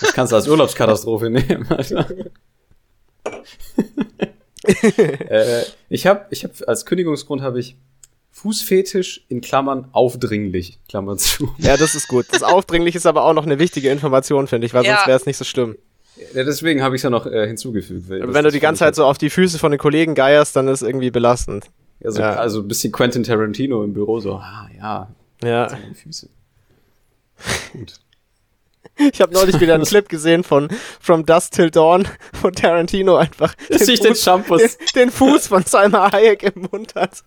B: das kannst du als Urlaubskatastrophe nehmen, Alter. äh, ich habe ich hab, als Kündigungsgrund habe ich Fußfetisch in Klammern aufdringlich, Klammern zu.
A: Ja, das ist gut. Das Aufdringlich ist aber auch noch eine wichtige Information, finde ich, weil
C: Ja.
A: sonst wäre es nicht so schlimm.
B: Ja, deswegen habe ich es ja noch äh, hinzugefügt. weil das-
A: Wenn du
B: das
A: die
B: fand
A: ganze
B: ich
A: Zeit so auf die Füße von den Kollegen geierst, dann ist irgendwie belastend.
B: Also,
A: Ja.
B: also ein bisschen Quentin Tarantino im Büro, so, ah ja,
A: Ja.
B: meine Füße. Gut.
A: Ich habe neulich wieder einen Clip gesehen von From Dust Till Dawn, wo Tarantino einfach
B: Ist nicht den
A: den,
B: Shampoos.
A: den Fuß von Salma Hayek im Mund hat.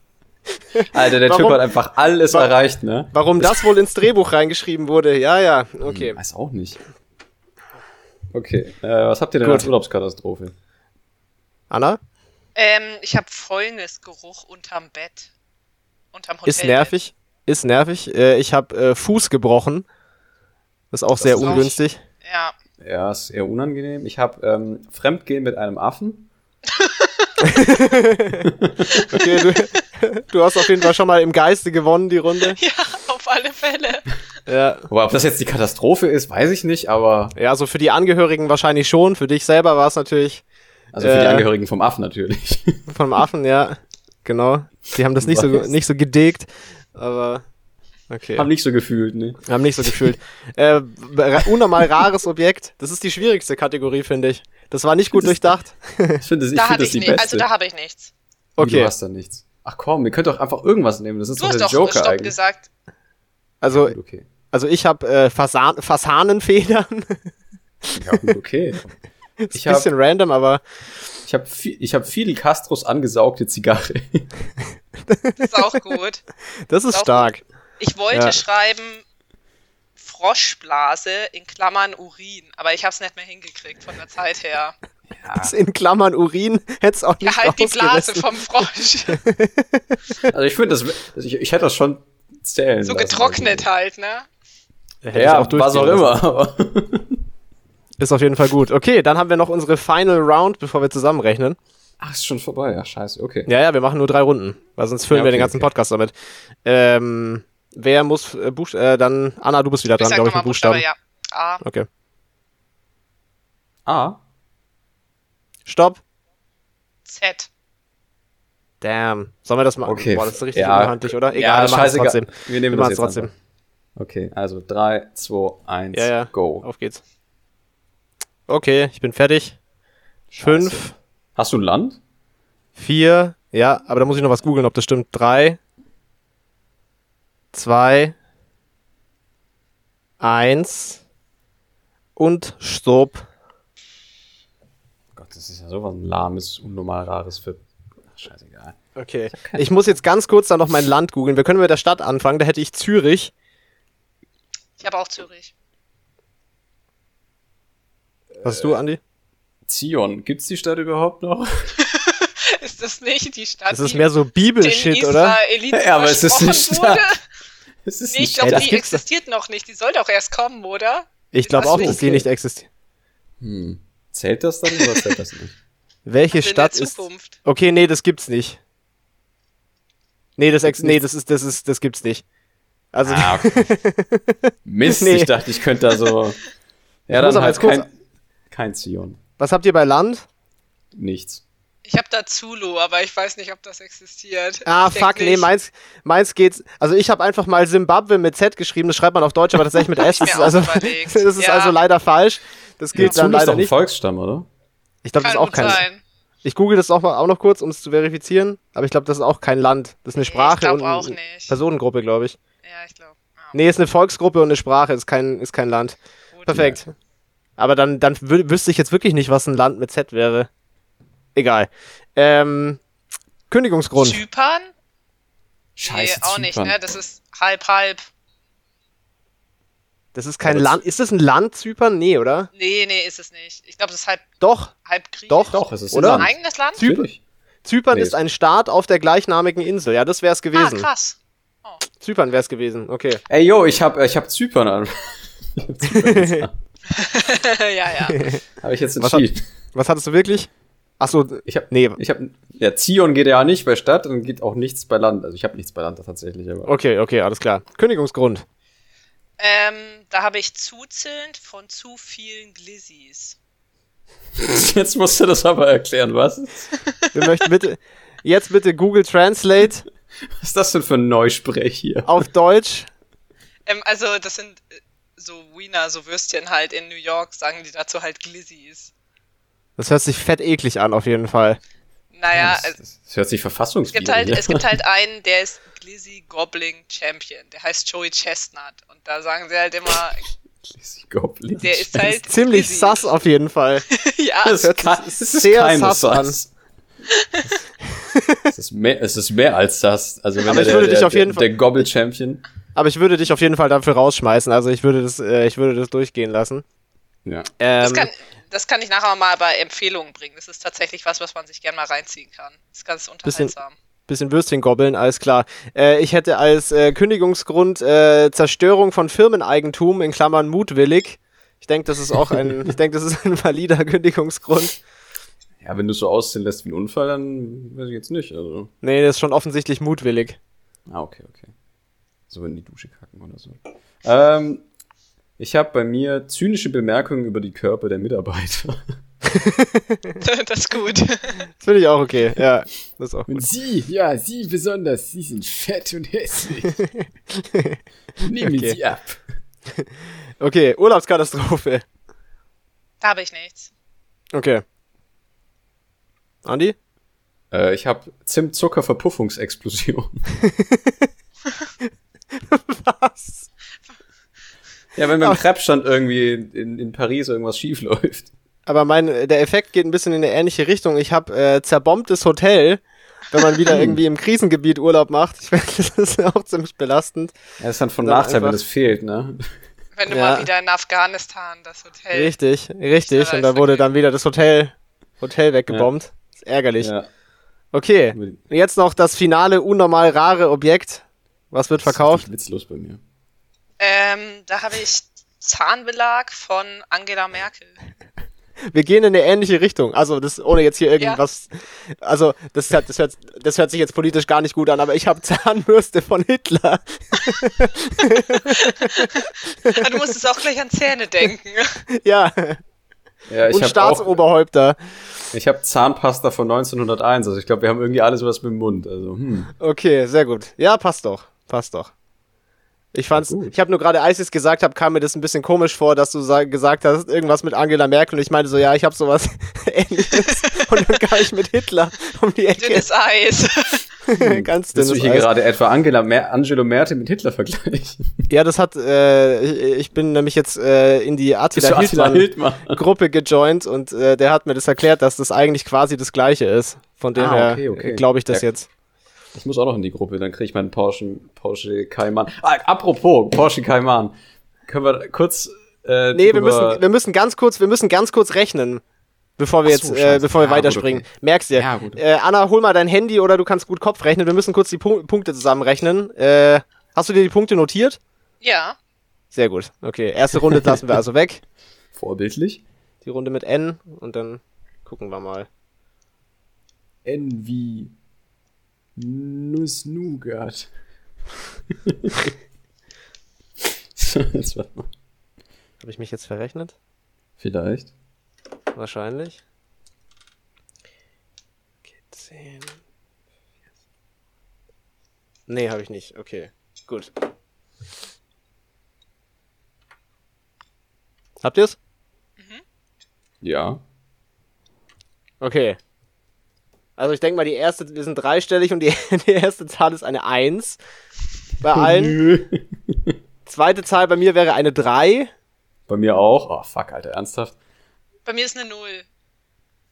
B: Alter, der
A: Warum?
B: Typ hat einfach alles
A: Wa-
B: erreicht, ne?
A: Warum das wohl ins Drehbuch reingeschrieben wurde? Ja, ja, okay.
B: Weiß auch nicht. Okay, äh, was habt ihr denn
A: Gut.
B: als Urlaubskatastrophe?
A: Anna,
C: Ähm, ich habe folgendes Geruch unterm Bett. Unterm Hotel.
A: ist nervig, ist nervig. Äh, ich habe äh, Fuß gebrochen. Das ist auch sehr
B: ist auch-
A: ungünstig.
C: Ja.
B: Ja, ist eher unangenehm. Ich habe ähm, Fremdgehen mit einem Affen.
A: Okay, du, du hast auf jeden Fall schon mal im Geiste gewonnen, die Runde.
C: ja, auf alle Fälle.
A: Ja.
B: Wobei, ob das jetzt die Katastrophe ist, weiß ich nicht, aber
A: Ja, so für die Angehörigen wahrscheinlich schon. Für dich selber war es natürlich
B: also für
A: Äh.
B: die Angehörigen vom Affen natürlich.
A: vom Affen, ja. Genau. Die haben das nicht so, nicht so gedegt, aber okay.
B: Haben nicht so gefühlt, ne?
A: Haben nicht so gefühlt. äh, ra- unnormal rares Objekt. Das ist die schwierigste Kategorie, finde ich. Das war nicht gut
B: Das ist-
A: durchdacht.
B: Ich finde das, ich find
C: Da hatte
B: das
C: ich
B: die
C: nichts.
B: beste.
C: Also da habe ich nichts.
B: Wie, Du
A: Okay.
B: hast da nichts. Ach komm, ihr könnt doch einfach irgendwas nehmen. Das ist
C: Du
B: doch
C: hast
B: der
C: doch
B: Joker
C: Stopp
B: eigentlich.
C: gesagt.
A: Also,
B: Okay.
A: also ich habe äh, Fasan Fasanenfedern.
B: Ja, gut, okay.
A: ist
B: Ich
A: ein
B: habe
A: bisschen random, aber
B: Ich habe ich hab Fidel Castros angesaugte Zigarre.
C: Ist auch gut.
A: das ist
C: Doch.
A: stark.
C: Ich wollte
A: Ja.
C: schreiben Froschblase in Klammern Urin, aber ich habe es nicht mehr hingekriegt von der Zeit her.
A: Das in Klammern Urin hätte es auch
C: Ja,
A: nicht
C: halt die Blase
A: ausgerissen.
C: vom Frosch.
B: Also ich finde das, also ich, ich hätte das schon zählen
C: So
B: lassen.
C: getrocknet halt, ne?
A: Hätte ich
B: Ja, was
A: durchgehen
B: auch
A: lassen.
B: immer. Aber
A: Ist auf jeden Fall gut. Okay, dann haben wir noch unsere Final Round, bevor wir zusammenrechnen.
B: Ach, ist schon vorbei. Ja, scheiße, okay.
A: Ja, ja, wir machen nur drei Runden, weil sonst füllen
B: Ja,
A: wir den
B: okay,
A: ganzen
B: okay.
A: Podcast damit. Ähm, wer muss äh, Buchst äh, dann Anna, du bist wieder
C: Ich
A: dran,
C: sag
A: glaube ich,
C: nochmal
A: mit Buchstaben.
C: Buchstabe, ja. A,
A: Okay.
B: A.
A: Stopp.
C: Z.
A: Damn. Sollen wir das machen?
B: Okay.
A: Boah, das ist richtig
B: Ja.
A: unhandlich, oder?
B: ja,
A: Egal, wir machen es
B: scheißegal.
A: trotzdem.
B: Wir
A: Wir
B: nehmen das
A: machen es trotzdem.
B: jetzt Einfach. Okay, also 3, 2, 1,
A: Ja, ja.
B: go.
A: Auf geht's. Okay, ich bin fertig. Fünf,
B: Hast du ein Land?
A: vier, ja, aber da muss ich noch was googeln, ob das stimmt. Drei, zwei, eins und Stopp.
B: Oh Gott, das ist ja sowas ein lahmes, unnormal rares für. Ach, scheißegal.
A: Okay. Ich muss jetzt ganz kurz da noch mein Land googeln. Wir können mit der Stadt anfangen. Da hätte ich Zürich.
C: Ich habe auch Zürich.
A: Was hast du, Andi?
B: Zion, gibt's die Stadt überhaupt noch?
C: Ist das nicht die Stadt,
A: Das ist
C: die
A: mehr so
C: den
A: Bibelshit, oder?
C: Israeliten
B: Ja, aber es ist
C: versprochen
B: eine Stadt.
C: wurde?
B: Es ist
C: Nee, ich
A: Ey,
C: glaube,
A: das
C: die
A: gibt's-
C: existiert noch nicht. Die soll doch erst kommen, oder?
A: Ich glaube
C: Ach
A: auch,
C: so,
A: dass die
B: okay.
A: nicht existiert.
B: Hm. Zählt das dann oder zählt das nicht?
A: Welche
C: Also
A: Stadt
C: in der
A: ist.
C: Zukunft.
A: Okay, nee, das gibt's nicht. Nee, das, ex
B: Gibt's
A: nee,
B: nicht?
A: das ist, das ist, das gibt's nicht. Also,
B: Ah, okay. Mist,
A: Nee.
B: ich dachte, ich könnte da so. Ja,
A: muss
B: dann
A: aber
B: halt
A: jetzt kurz-
B: kein, kein Zion.
A: was habt ihr bei Land?
B: Nichts.
C: Ich habe da Zulu, aber ich weiß nicht, ob das existiert.
A: Ah,
C: Ich denk
A: fuck, nee,
C: nicht.
A: meins, meins geht's. Also, ich habe einfach mal Simbabwe mit Z geschrieben, das schreibt man auf Deutsch, aber tatsächlich mit S.
C: Hab
A: Das
C: ich
A: ist,
C: mir
A: also,
C: auch überlegt.
A: das ist
C: Ja.
A: also leider falsch. Das
B: Nee,
A: gilt
B: Zulu
A: dann
B: ist doch
A: leider
B: ein
A: nicht.
B: Volksstamm, oder?
A: Ich glaube, das
C: Kann
A: ist auch
C: gut
A: kein.
C: sein.
A: Ich google das auch, mal, auch noch kurz, um es zu verifizieren, aber ich glaube, das ist auch kein Land. Das ist eine
C: ich
A: Sprache
C: glaub
A: und
C: auch
A: eine
C: nicht.
A: Personengruppe, glaube ich.
C: Ja, ich glaube. Ja,
A: Nee, ist eine Volksgruppe und eine Sprache, ist kein, ist kein Land.
C: gut.
A: Perfekt. Aber dann, dann wü- wüsste ich jetzt wirklich nicht, was ein Land mit Z wäre. Egal. Ähm, Kündigungsgrund.
C: Zypern?
B: Scheiße.
C: nee, auch nicht,
B: Zypern.
C: ne? Das ist halb, halb.
A: Das ist kein
B: Aber
A: Land. Ist das ein Land Zypern? Nee, oder?
C: Nee, nee, ist es nicht. Ich glaube, das ist halb,
A: Doch,
C: halb Griechisch.
A: doch.
B: Doch, es ist ein
A: oder?
C: Ein eigenes Land?
A: Zypern.
B: Natürlich.
A: Zypern
B: Nee,
A: ist
B: ist-
A: ein Staat auf der gleichnamigen Insel. Ja, das wäre es
C: Ah,
A: gewesen.
C: krass.
A: Zypern wäre es gewesen. Okay.
B: Ey, yo, ich hab, ich hab Zypern an.
C: ja, ja.
B: Habe ich jetzt
A: Was hat-
B: entschieden.
A: Was hattest du wirklich? Achso,
B: ich hab,
A: nee.
B: ich hab, ja, Zion geht ja nicht bei Stadt und geht auch nichts bei Land. Also ich habe nichts bei Land tatsächlich, aber.
A: Okay, okay, alles klar. Kündigungsgrund.
C: Ähm, da habe ich zuzelnd von zu vielen Glizzies.
B: Jetzt musst du das aber erklären, was? Was
A: Wir möchten bitte jetzt bitte Google Translate
B: ist das denn für ein Neusprech hier?
A: auf Deutsch.
C: Ähm, also, das sind äh, so Wiener, so Würstchen halt in New York, sagen die dazu halt Glizzies.
A: Das hört sich fett eklig an, auf jeden Fall.
C: Naja,
B: das,
C: es,
B: das hört sich
C: es, gibt
B: verfassungswidrig
C: halt,
B: an.
C: es gibt halt einen, der ist Glizzy Gobbling Champion. Der heißt Joey Chestnut. Und da sagen sie halt immer,
B: Goblin.
C: der ist halt.
A: Ziemlich
C: Glizzy.
A: sass auf jeden Fall.
C: ja,
B: Das
A: hört
B: ist, ka-
A: sich
B: das ist
A: sehr
B: kein
A: sass an.
B: Sass. Es ist, mehr, es ist mehr als das. Also wenn
A: Aber
B: der-
A: ich würde
B: der,
A: dich auf jeden
B: der,
A: Fall-
B: der Gobble Champion.
A: Aber ich würde dich auf jeden Fall dafür rausschmeißen. Also ich würde das, äh, ich würde das durchgehen lassen.
B: Ja.
A: Ähm,
C: Das kann, das kann ich nachher mal bei Empfehlungen bringen. Das ist tatsächlich was, was man sich gerne mal reinziehen kann. Das ist ganz
A: Bisschen-
C: unterhaltsam.
A: bisschen Würstchen gobbeln, alles klar. Äh, ich hätte als äh, Kündigungsgrund äh, Zerstörung von Firmeneigentum in Klammern mutwillig. Ich denke, das ist auch ein, ich denke, das ist ein valider Kündigungsgrund.
B: ja, wenn du es so aussehen lässt wie ein Unfall, dann weiß ich jetzt nicht. Also.
A: Nee, das ist schon offensichtlich mutwillig.
B: Ah, okay, okay. So in die Dusche kacken oder so. Ähm, ich habe bei mir zynische Bemerkungen über die Körper der Mitarbeiter.
C: das ist gut.
A: Das finde ich auch okay. Ja, das ist auch.
B: Und sie, ja, sie besonders, sie sind fett und hässlich. Nehmen
A: Okay.
B: sie ab.
A: Okay, Urlaubskatastrophe.
C: Da habe ich nichts.
A: Okay. Andi?
B: Äh, ich habe Zimt-Zucker-Verpuffungsexplosion.
A: Was?
B: Ja, wenn beim Treppstand irgendwie in, in Paris irgendwas schief läuft.
A: Aber mein, der Effekt geht ein bisschen in eine ähnliche Richtung. Ich habe äh, zerbombtes Hotel, wenn man wieder irgendwie im Krisengebiet Urlaub macht. Ich meine, das ist auch ziemlich belastend.
B: Ja, ist dann von
A: Dann
B: Nachteil, wenn
A: einfach-
B: es fehlt, ne?
C: Wenn du
A: Ja.
C: mal wieder in Afghanistan das Hotel.
A: Richtig, richtig.
C: Ja,
A: Und da
C: ist
A: wurde
C: okay.
A: dann wieder das Hotel, Hotel weggebombt. Ist ärgerlich.
B: Ja.
A: Okay, jetzt noch das finale, unnormal rare Objekt. Was wird verkauft?
B: Das ist witzlos bei mir.
C: Ähm, da habe ich Zahnbelag von Angela Merkel.
A: Wir gehen in eine ähnliche Richtung. Also, das, ohne jetzt hier irgendwas. Also, das, hat- das, hört, das hört sich jetzt politisch gar nicht gut an, aber ich habe Zahnbürste von Hitler.
C: Ah, Du musstest auch gleich an Zähne denken.
A: ja,
B: Ja, ich
A: und
B: habe
A: Staatsoberhäupter.
B: hab Zahnpasta von 1901. Also ich glaube, wir haben irgendwie alles was mit dem Mund. Also, hm.
A: Okay, sehr gut. Ja, passt doch. Passt doch. Ich fand's,
B: Ja, gut.
A: ich habe nur gerade, als ich es gesagt habe, kam mir das ein bisschen komisch vor, dass du sa- gesagt hast, irgendwas mit Angela Merkel und ich meinte so, ja, ich habe sowas ähnliches und dann kam ich mit Hitler um die Ecke.
C: Dünnes Eis.
A: Ganz
B: Willst du
A: dünnes
B: hier
A: Eis.
B: gerade etwa Angela Mer Angelo Merte mit Hitler vergleichen?
A: Ja, das hat, äh, ich, ich bin nämlich jetzt äh, in die
B: Bist du
A: Attila
B: Attila
A: Hildmann
B: Hildmann.
A: Gruppe gejoint und äh, der hat mir das erklärt, dass das eigentlich quasi das gleiche ist. Von dem
B: Ah,
A: her
B: okay, okay.
A: glaube ich das
B: Ja.
A: jetzt.
B: Ich muss auch noch in die Gruppe, dann kriege ich meinen Porsche, Porsche Cayman. Ah, apropos Porsche Cayman. Können wir kurz äh,
A: Nee, wir
B: drüber-
A: müssen, wir müssen ganz kurz, wir müssen ganz kurz rechnen, bevor wir
B: Ach so,
A: jetzt, äh,
B: scheiße.
A: bevor wir
B: Ja, gut,
A: weiterspringen.
B: okay.
A: Merkst dir.
B: Ja, gut.
A: Äh, Anna, hol mal dein Handy oder du kannst gut Kopf rechnen. Wir müssen kurz die Pu Punkte zusammenrechnen. Äh, hast du dir die Punkte notiert?
C: Ja.
A: Sehr gut. Okay, erste Runde lassen wir also weg.
B: vorbildlich.
A: Die Runde mit N und dann gucken wir mal.
B: N wie Nuss Nougat. so, jetzt warte mal.
A: Habe ich mich jetzt verrechnet?
B: Vielleicht.
A: Wahrscheinlich. Okay, 10. Nee, habe ich nicht. Okay, gut. Habt ihr's?
B: Ja.
A: Okay. Also ich denke mal, die erste, wir sind dreistellig und die, die erste Zahl ist eine 1 bei allen. Zweite Zahl bei mir wäre eine 3.
B: Bei mir auch. Oh, fuck, Alter, ernsthaft.
C: Bei mir ist eine Null.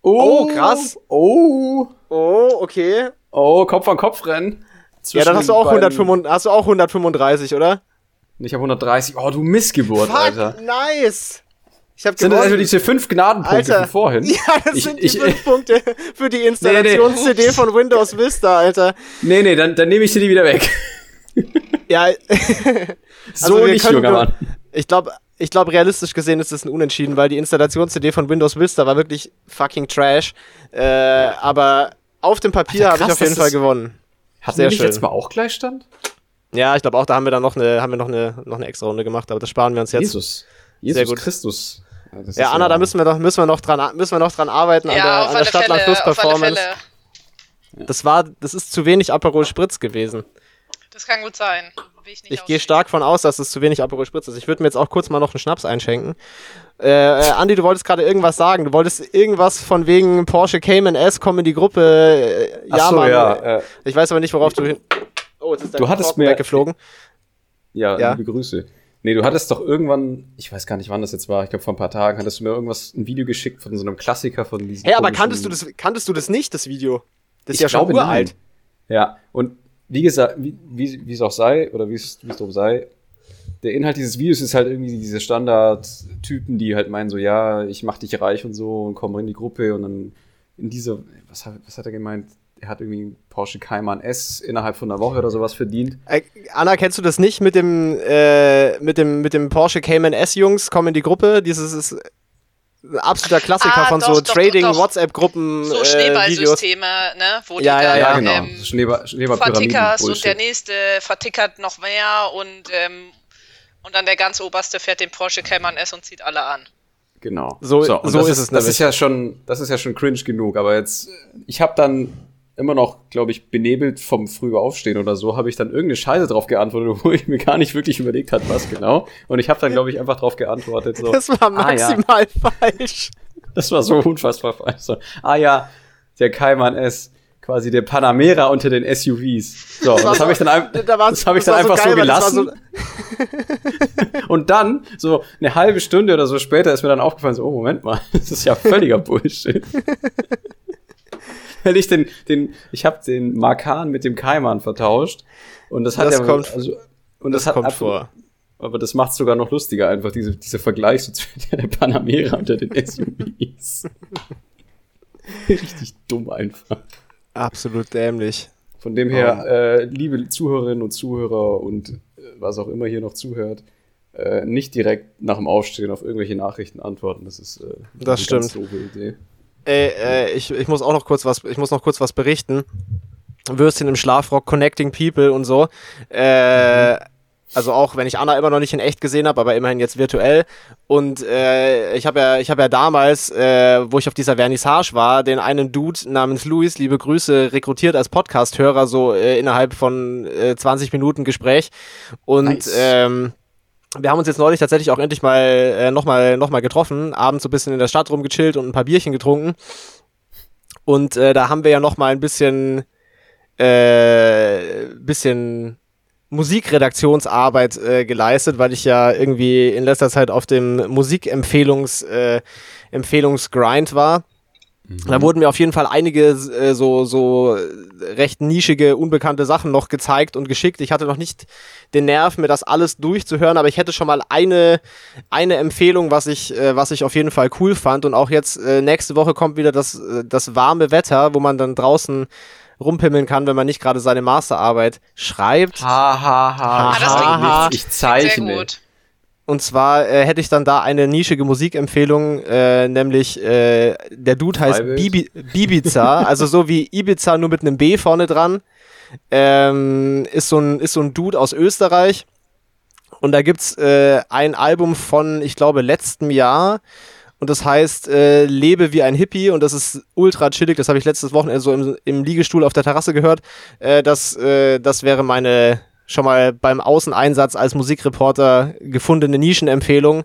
A: Oh, krass.
B: Oh,
A: Oh, okay.
B: oh, Kopf an Kopf rennen.
A: Ja, dann hast du auch,
B: Zwischen den beiden-
A: 135, hast du auch 135, oder?
B: Und ich habe 130. Oh, du Missgeburt,
A: Fuck,
B: Alter.
A: nice! Ich habe
B: Sind das also
A: gewonnen.
B: diese fünf Gnadenpunkte
A: Alter.
B: von vorhin?
A: Ja, das
B: Ich-
A: sind
B: ich-
A: die fünf Punkte für die Installations-CD von Windows Vista, Alter.
B: Nee, nee, dann, dann nehme ich dir die wieder weg.
A: Ja, also
B: So
A: wir
B: nicht,
A: können
B: junger
A: nur-
B: Mann.
A: Ich glaube, ich glaub, realistisch gesehen ist es ein Unentschieden, weil die Installations-CD von Windows Vista war wirklich fucking trash. Äh, aber auf dem Papier
B: Alter,
A: habe ich
B: krass,
A: auf jeden
B: dass
A: Fall
B: das-
A: gewonnen.
B: Hatten
A: Sehr
B: wir nicht
A: schön.
B: jetzt mal auch Gleichstand?
A: Ja, ich glaube auch, da haben wir dann noch eine, haben wir noch eine, noch eine extra Runde gemacht, aber das sparen wir uns jetzt.
B: Jesus. Jesus
A: Sehr gut.
B: Christus. Ja, das ist
A: Ja, Anna, da müssen wir noch, müssen wir noch dran, a- müssen wir noch dran arbeiten an der, an der Stadtland Plus Performance. Das war, das ist zu wenig Aperol Spritz gewesen.
C: Das kann gut sein. Will ich nicht
A: Ich gehe
C: ausschließen.
A: stark von aus, dass es zu wenig Aperol Spritz ist. Ich würde mir jetzt auch kurz mal noch einen Schnaps einschenken. Äh, äh, Andi, du wolltest gerade irgendwas sagen. Du wolltest irgendwas von wegen Porsche Cayman S, komm in die Gruppe. Äh,
B: Ach
A: ja,
B: so,
A: Mann.
B: ja, äh,
A: Ich weiß aber nicht, worauf du hin... Oh, jetzt ist der
B: Du hattest
A: Korken
B: mir-
A: weggeflogen.
B: Ja,
A: Ja.
B: liebe Grüße. Nee, du hattest doch irgendwann, ich weiß gar nicht, wann das jetzt war, ich glaube vor ein paar Tagen, hattest du mir irgendwas, ein Video geschickt von so einem Klassiker von diesem.
A: Hä, aber
B: komischen-
A: kanntest du, das, kanntest du das nicht, das Video? Das ist
B: Ich
A: ja schon
B: glaube, nein.
A: uralt.
B: Ja, und wie gesagt, wie wie wie es auch sei, oder wie es wie es drum sei, der Inhalt dieses Videos ist halt irgendwie diese Standard-Typen, die halt meinen so, ja, ich mach dich reich und so und komm in die Gruppe und dann in dieser, was hat, was hat er gemeint? Er hat irgendwie einen Porsche Cayman S innerhalb von einer Woche oder sowas verdient.
A: Äh, Anna, kennst du das nicht mit dem, äh, mit dem, mit dem Porsche Cayman S-Jungs, komm in die Gruppe? Dieses ist ein absoluter Klassiker
C: Ah,
A: von
C: doch,
A: so
C: doch, doch, doch.
A: Trading-WhatsApp-Gruppen.
C: So
A: äh, Videos.
C: Schneeballsysteme, ne? Wo
A: Ja,
C: die
A: ja,
C: dann,
A: ja,
B: genau.
C: ähm,
B: Schneeber,
C: vertickerst und der
B: Schneeballpyramiden-Bullshit.
C: nächste vertickert noch mehr und, ähm, und dann der ganz oberste fährt den Porsche Cayman S und zieht alle an.
B: Genau.
A: So-
B: und
A: so ist
B: das
A: es
B: Das
A: nämlich.
B: ist ja schon, das ist ja schon cringe genug. Aber jetzt, ich habe dann immer noch, glaube ich, benebelt vom früh aufstehen oder so, habe ich dann irgendeine Scheiße drauf geantwortet, wo ich mir gar nicht wirklich überlegt hat, was genau. Und ich habe dann, glaube ich, einfach drauf geantwortet. So,
A: Das war
B: Ah,
A: maximal falsch.
B: ja. Das war so unfassbar falsch. So, ah ja, der Kaiman S. Quasi der Panamera unter den SUVs. So, und das habe ich dann, ein,
A: Da war's-
B: das hab ich
A: das
B: dann
A: war
B: einfach so
A: geil, weil das war
B: gelassen. Und dann, so eine halbe Stunde oder so später, ist mir dann aufgefallen, so, oh, Moment mal, das ist ja völliger Bullshit. Weil ich den, den, ich habe den Markan mit dem Kaiman vertauscht. Und das hat
A: Das
B: ja,
A: kommt-
B: also, und
A: das
B: das, hat
A: kommt
B: ab-
A: vor.
B: Aber das macht sogar noch lustiger, einfach diese, dieser Vergleich so zwischen der Panamera und den SUVs. Richtig dumm einfach.
A: Absolut dämlich.
B: Von dem her,
A: Ah.
B: äh, liebe Zuhörerinnen und Zuhörer und äh, was auch immer hier noch zuhört, äh, nicht direkt nach dem Aufstehen auf irgendwelche Nachrichten antworten. Das ist äh,
A: Das
B: eine ganz
A: stimmt.
B: doofe Idee.
A: Äh, äh, ich, ich muss auch noch kurz was, ich muss noch kurz was berichten. Würstchen im Schlafrock, Connecting People und so. Äh, also auch wenn ich Anna immer noch nicht in echt gesehen habe, aber immerhin jetzt virtuell. Und äh, ich habe ja, ich habe ja damals, äh, wo ich auf dieser Vernissage war, den einen Dude namens Luis, liebe Grüße, rekrutiert als Podcast-Hörer so äh, innerhalb von äh, 20 Minuten Gespräch. Und
B: Nice.
A: ähm, wir haben uns jetzt neulich tatsächlich auch endlich mal äh, nochmal noch mal getroffen, abends so ein bisschen in der Stadt rumgechillt und ein paar Bierchen getrunken. Und äh, da haben wir ja nochmal ein bisschen, äh, bisschen Musikredaktionsarbeit äh, geleistet, weil ich ja irgendwie in letzter Zeit auf dem Musikempfehlungs, äh, Empfehlungsgrind war. Da wurden mir auf jeden Fall einige äh, so, so recht nischige, unbekannte Sachen noch gezeigt und geschickt. Ich hatte noch nicht den Nerv, mir das alles durchzuhören, aber ich hätte schon mal eine, eine Empfehlung, was ich, äh, was ich auf jeden Fall cool fand. Und auch jetzt äh, nächste Woche kommt wieder das, äh, das warme Wetter, wo man dann draußen rumpimmeln kann, wenn man nicht gerade seine Masterarbeit schreibt.
B: Ha, ha, ha.
A: Ah,
B: ich
A: das klingt-
B: zeichne nichts, ich
C: Sehr
B: zeichne.
C: gut.
A: Und zwar äh, hätte ich dann da eine nischige Musikempfehlung, äh, nämlich äh, der Dude heißt
B: Freiwild.
A: Bibi Bibiza, also so wie Ibiza nur mit einem B vorne dran. Ähm, ist, so ein, ist so ein Dude aus Österreich. Und da gibt's äh, ein Album von, ich glaube, letztem Jahr. Und das heißt äh, Lebe wie ein Hippie. Und das ist ultra chillig. Das habe ich letztes Wochenende so im, im Liegestuhl auf der Terrasse gehört. Äh, das, äh, das wäre meine schon mal beim Außeneinsatz als Musikreporter gefundene Nischenempfehlung.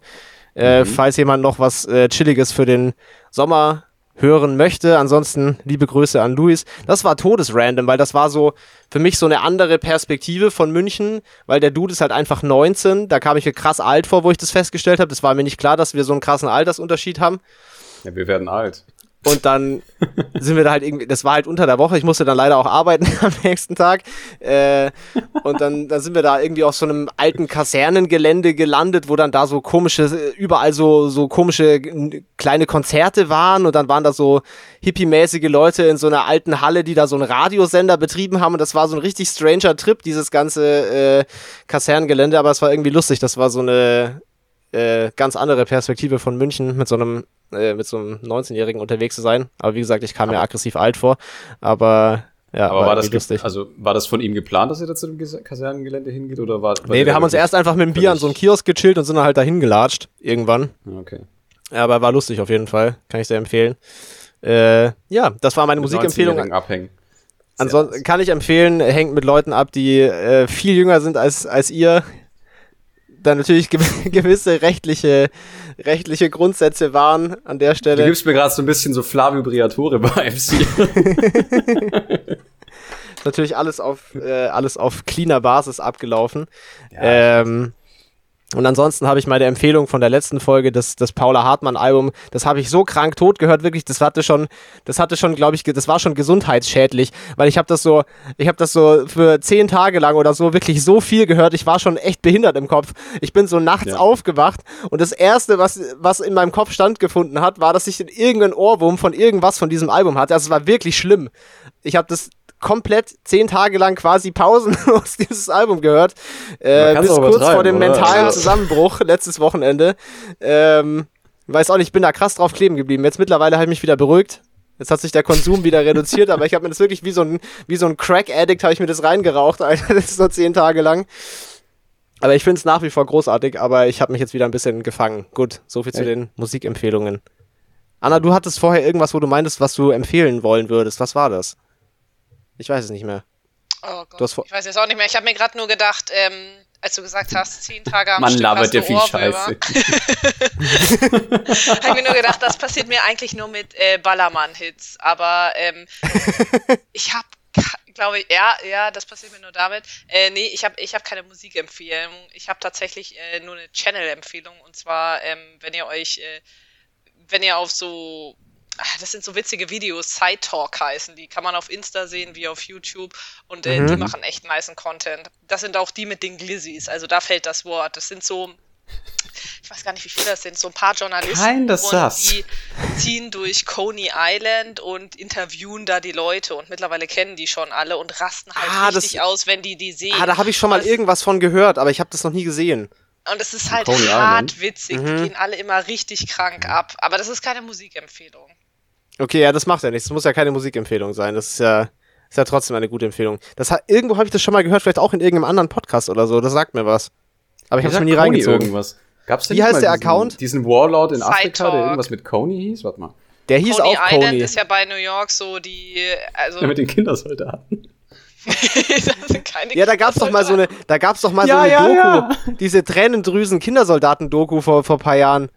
A: Äh, Falls jemand noch was äh, Chilliges für den Sommer hören möchte. Ansonsten liebe Grüße an Luis. Das war todesrandom, weil das war so für mich so eine andere Perspektive von München, weil der Dude ist halt einfach 19. Da kam ich mir krass alt vor, wo ich das festgestellt habe. Das war mir nicht klar, dass wir so einen krassen Altersunterschied haben.
B: Ja, wir werden alt.
A: Und dann sind wir da halt irgendwie, das war halt unter der Woche, ich musste dann leider auch arbeiten am nächsten Tag. Äh, und dann, dann sind wir da irgendwie auf so einem alten Kasernengelände gelandet, wo dann da so komische, überall so, so komische n- kleine Konzerte waren und dann waren da so hippie-mäßige Leute in so einer alten Halle, die da so einen Radiosender betrieben haben und das war so ein richtig stranger Trip, dieses ganze äh, Kasernengelände, aber es war irgendwie lustig, das war so eine äh, ganz andere Perspektive von München mit so einem äh, mit so einem 19-Jährigen unterwegs zu sein. Aber wie gesagt, ich kam mir aggressiv alt vor. Aber ja,
B: Aber war das,
A: irgendwie eh lustig.
B: ge- also, war das von ihm geplant, dass ihr da zu dem Ges- Kasernengelände hingeht? Oder war, war
A: nee,
B: der
A: wir haben uns
B: wirklich-
A: erst einfach mit dem Bier an so einem Kiosk gechillt und sind dann halt dahin gelatscht irgendwann.
B: Ja, Okay.
A: Aber war lustig auf jeden Fall, kann ich sehr empfehlen. Äh, ja, das war meine
B: Mit
A: Musikempfehlung.
B: 19-Jährigen abhängen.
A: Ansonsten kann ich empfehlen, hängt mit Leuten ab, die äh, viel jünger sind als, als ihr. Da natürlich ge gewisse rechtliche, rechtliche Grundsätze waren an der
B: Du
A: Stelle.
B: gibst mir gerade so ein bisschen so Flavio Briatore-Vibes hier.
A: natürlich alles auf, äh, alles auf cleaner Basis abgelaufen. ähm, und ansonsten habe ich meine Empfehlung von der letzten Folge, das, das Paula Hartmann-Album, das habe ich so krank tot gehört, wirklich, das hatte schon, das hatte schon, glaube ich, ge- das war schon gesundheitsschädlich, weil ich habe das so, ich habe das so für zehn Tage lang oder so wirklich so viel gehört, ich war schon echt behindert im Kopf. Ich bin so nachts
B: Ja.
A: aufgewacht und das Erste, was, was in meinem Kopf standgefunden hat, war, dass ich irgendeinen Ohrwurm von irgendwas von diesem Album hatte. Also es war wirklich schlimm. Ich habe das komplett zehn Tage lang quasi pausenlos dieses Album gehört. Äh,
B: kann's
A: bis
B: auch
A: kurz vor
B: übertreiben,
A: dem
B: oder?
A: mentalen
B: Also-
A: Zusammenbruch letztes Wochenende. Ähm, weiß auch nicht, ich bin da krass drauf kleben geblieben. Jetzt mittlerweile habe ich mich wieder beruhigt. Jetzt hat sich der Konsum wieder reduziert, aber ich habe mir das wirklich wie so ein, wie so ein Crack-Addict habe ich mir das reingeraucht, Alter. Das ist so zehn Tage lang. Aber ich finde es nach wie vor großartig, aber ich habe mich jetzt wieder ein bisschen gefangen. Gut, soviel zu
B: Echt?
A: den Musikempfehlungen. Anna, du hattest vorher irgendwas, wo du meintest, was du empfehlen wollen würdest. Was war das? Ich weiß es nicht mehr.
C: Oh Gott.
A: Du hast vor-
C: ich weiß jetzt auch nicht mehr. Ich habe mir gerade nur gedacht, ähm, als du gesagt hast, zehn Tage am
B: Man
C: Stück
B: labert
C: hast du
B: dir viel
C: Ohrwürmer,
B: Scheiße.
C: Habe ich mir nur gedacht, das passiert mir eigentlich nur mit äh, Ballermann-Hits. Aber ähm, ich habe, glaube ich, ja, ja, das passiert mir nur damit. Äh, nee, ich habe ich hab keine Musikempfehlung. Ich habe tatsächlich äh, nur eine Channel-Empfehlung. Und zwar, ähm, wenn ihr euch, äh, wenn ihr auf so, ah, das sind so witzige Videos, Side Talk heißen. Die kann man auf Insta sehen, wie auf YouTube. Und äh,
A: Mhm.
C: die machen echt niceen Content. Das sind auch die mit den Glizzies. Also da fällt das Wort. Das sind so ich weiß gar nicht, wie viele das sind, so ein paar Journalisten.
B: Kein, das saß.
C: und die ziehen durch Coney Island und interviewen da die Leute und mittlerweile kennen die schon alle und rasten halt
A: Ah, das-
C: richtig aus, wenn die die sehen.
A: Ah, da habe ich schon mal
C: Das-
A: irgendwas von gehört, aber ich habe das noch nie gesehen.
C: und es ist halt
B: Coney
C: hart
B: Island?
C: witzig.
A: Mhm.
C: Die gehen alle immer richtig krank ab. Aber das ist keine Musikempfehlung.
A: Okay, ja, das macht ja nichts. Das muss ja keine Musikempfehlung sein. Das ist ja, ist ja trotzdem eine gute Empfehlung. Das hat, irgendwo habe ich das schon mal gehört, vielleicht auch in irgendeinem anderen Podcast oder so. Das sagt mir was. Aber ich habe es mir nie reingezogen.
B: Irgendwas. Gab's denn
A: Wie
B: nicht
A: heißt
B: mal
A: der
B: diesen,
A: Account?
B: Diesen Warlord in
C: Side
B: Afrika, der
C: Talk.
B: irgendwas mit Coney hieß? Warte mal.
A: Der hieß
C: Coney
A: auch
C: Island
A: Coney.
C: ist ja bei New York so die, also
B: Der mit den Kindersoldaten.
C: das sind keine Ah,
A: Ja, da gab's doch mal so eine, da gab's doch mal
B: Ja,
A: so eine
B: ja,
A: Doku, diese Tränendrüsen Kindersoldaten Doku vor vor paar Jahren.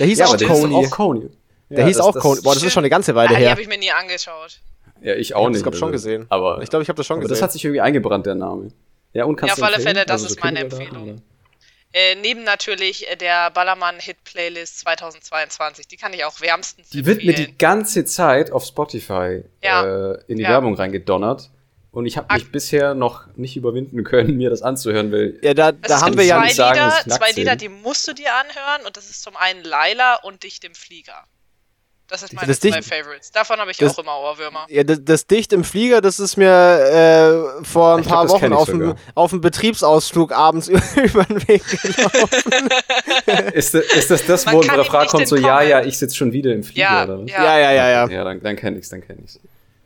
A: Der hieß auch
B: der hieß
A: Coney.
B: doch auch Coney.
A: der hieß auch Coney. Boah, das ist schon eine ganze
C: Ah,
A: Weile
C: die
A: her.
C: habe ich mir nie angeschaut.
B: Ja, ich auch
A: Ich
B: nicht.
A: glaube schon
B: also.
A: gesehen.
B: Aber
A: ich glaube, ich habe das schon
B: aber
A: gesehen.
B: das hat sich irgendwie eingebrannt, der Name. Ja, und kannst
C: Ja, auf
B: du
C: alle
B: empfehlen?
C: Fälle, das
B: Also so
C: ist meine
B: Kindersoldaten,
C: Empfehlung.
B: oder?
C: Äh, neben natürlich äh, der Ballermann-Hit-Playlist 2022. Die kann ich auch wärmstens
B: Die wird mir die ganze Zeit auf Spotify
C: Ja.
B: äh, in die
C: Ja.
B: Werbung reingedonnert. Und ich habe mich
C: Ak-
B: bisher noch nicht überwinden können, mir das anzuhören, weil
A: ja, da,
C: es
A: da haben
C: gibt
A: wir ja
C: zwei
B: nicht sagen,
C: Lieder,
B: es knackt
C: zwei Lieder,
B: sehen.
C: die musst du dir anhören. Und das ist zum einen Laila und Dich dem Flieger. Das ist meine
A: Das
C: zwei
A: Dich-
C: Favorites. Davon habe ich
A: das-
C: auch immer Ohrwürmer.
A: Ja, das, das Dicht im Flieger, das ist mir äh, vor ein
B: Ich
A: paar
B: glaub, das kenn
A: Wochen
B: ich
A: auf dem,
B: sogar.
A: auf dem Betriebsausflug abends über den Weg gelaufen.
B: ist, das- ist das das,
C: Man
B: wo
C: kann
B: der
C: ihm
B: Frage
C: nicht
B: kommt, so, ja,
C: entkommen.
B: ja, ich sitze schon wieder im Flieger,
C: Ja,
B: oder was?
C: ja.
A: ja, ja, ja, ja.
B: Ja, dann, dann kenn ich's, dann kenn ich's.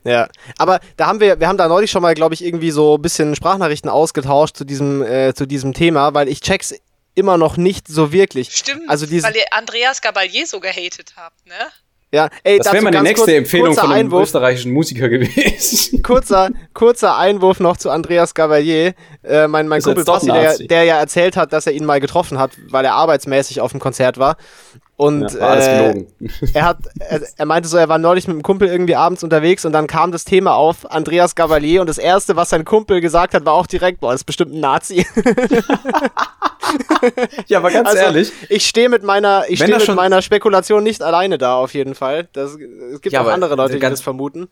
A: Ja, aber da haben wir, wir haben da neulich schon mal, glaube ich, irgendwie so ein bisschen Sprachnachrichten ausgetauscht zu diesem, äh, zu diesem Thema, weil ich check's immer noch nicht so wirklich.
C: Stimmt,
A: Also diese-
C: weil ihr Andreas Gabalier so gehatet habt, ne?
A: Ja, ey,
B: Das wäre
A: dazu
B: meine
A: ganz
B: nächste
A: kurz-
B: Empfehlung
A: kurzer
B: von einem
A: Einwurf,
B: österreichischen Musiker gewesen.
A: kurzer, kurzer Einwurf noch zu Andreas Gabalier. Äh, mein mein
B: Ist jetzt
A: Kumpel
B: doch
A: Basti,
B: ein
A: der,
B: Nazi.
A: der ja erzählt hat, dass er ihn mal getroffen hat, weil er arbeitsmäßig auf dem Konzert war. Und
B: Ja, war alles
A: äh,
B: gelogen.
A: er hat, er, er meinte so, er war neulich mit einem Kumpel irgendwie abends unterwegs und dann kam das Thema auf Andreas Gavalier und das erste, was sein Kumpel gesagt hat, war auch direkt, boah, das ist bestimmt ein Nazi.
B: Ja, aber ganz
A: Also,
B: ehrlich.
A: Ich stehe mit meiner, ich
B: Wenn
A: stehe
B: er
A: mit
B: schon-
A: meiner Spekulation nicht alleine da auf jeden Fall. Das, es gibt
B: Ja,
A: auch
B: aber
A: andere Leute, die
B: ganz-
A: das vermuten.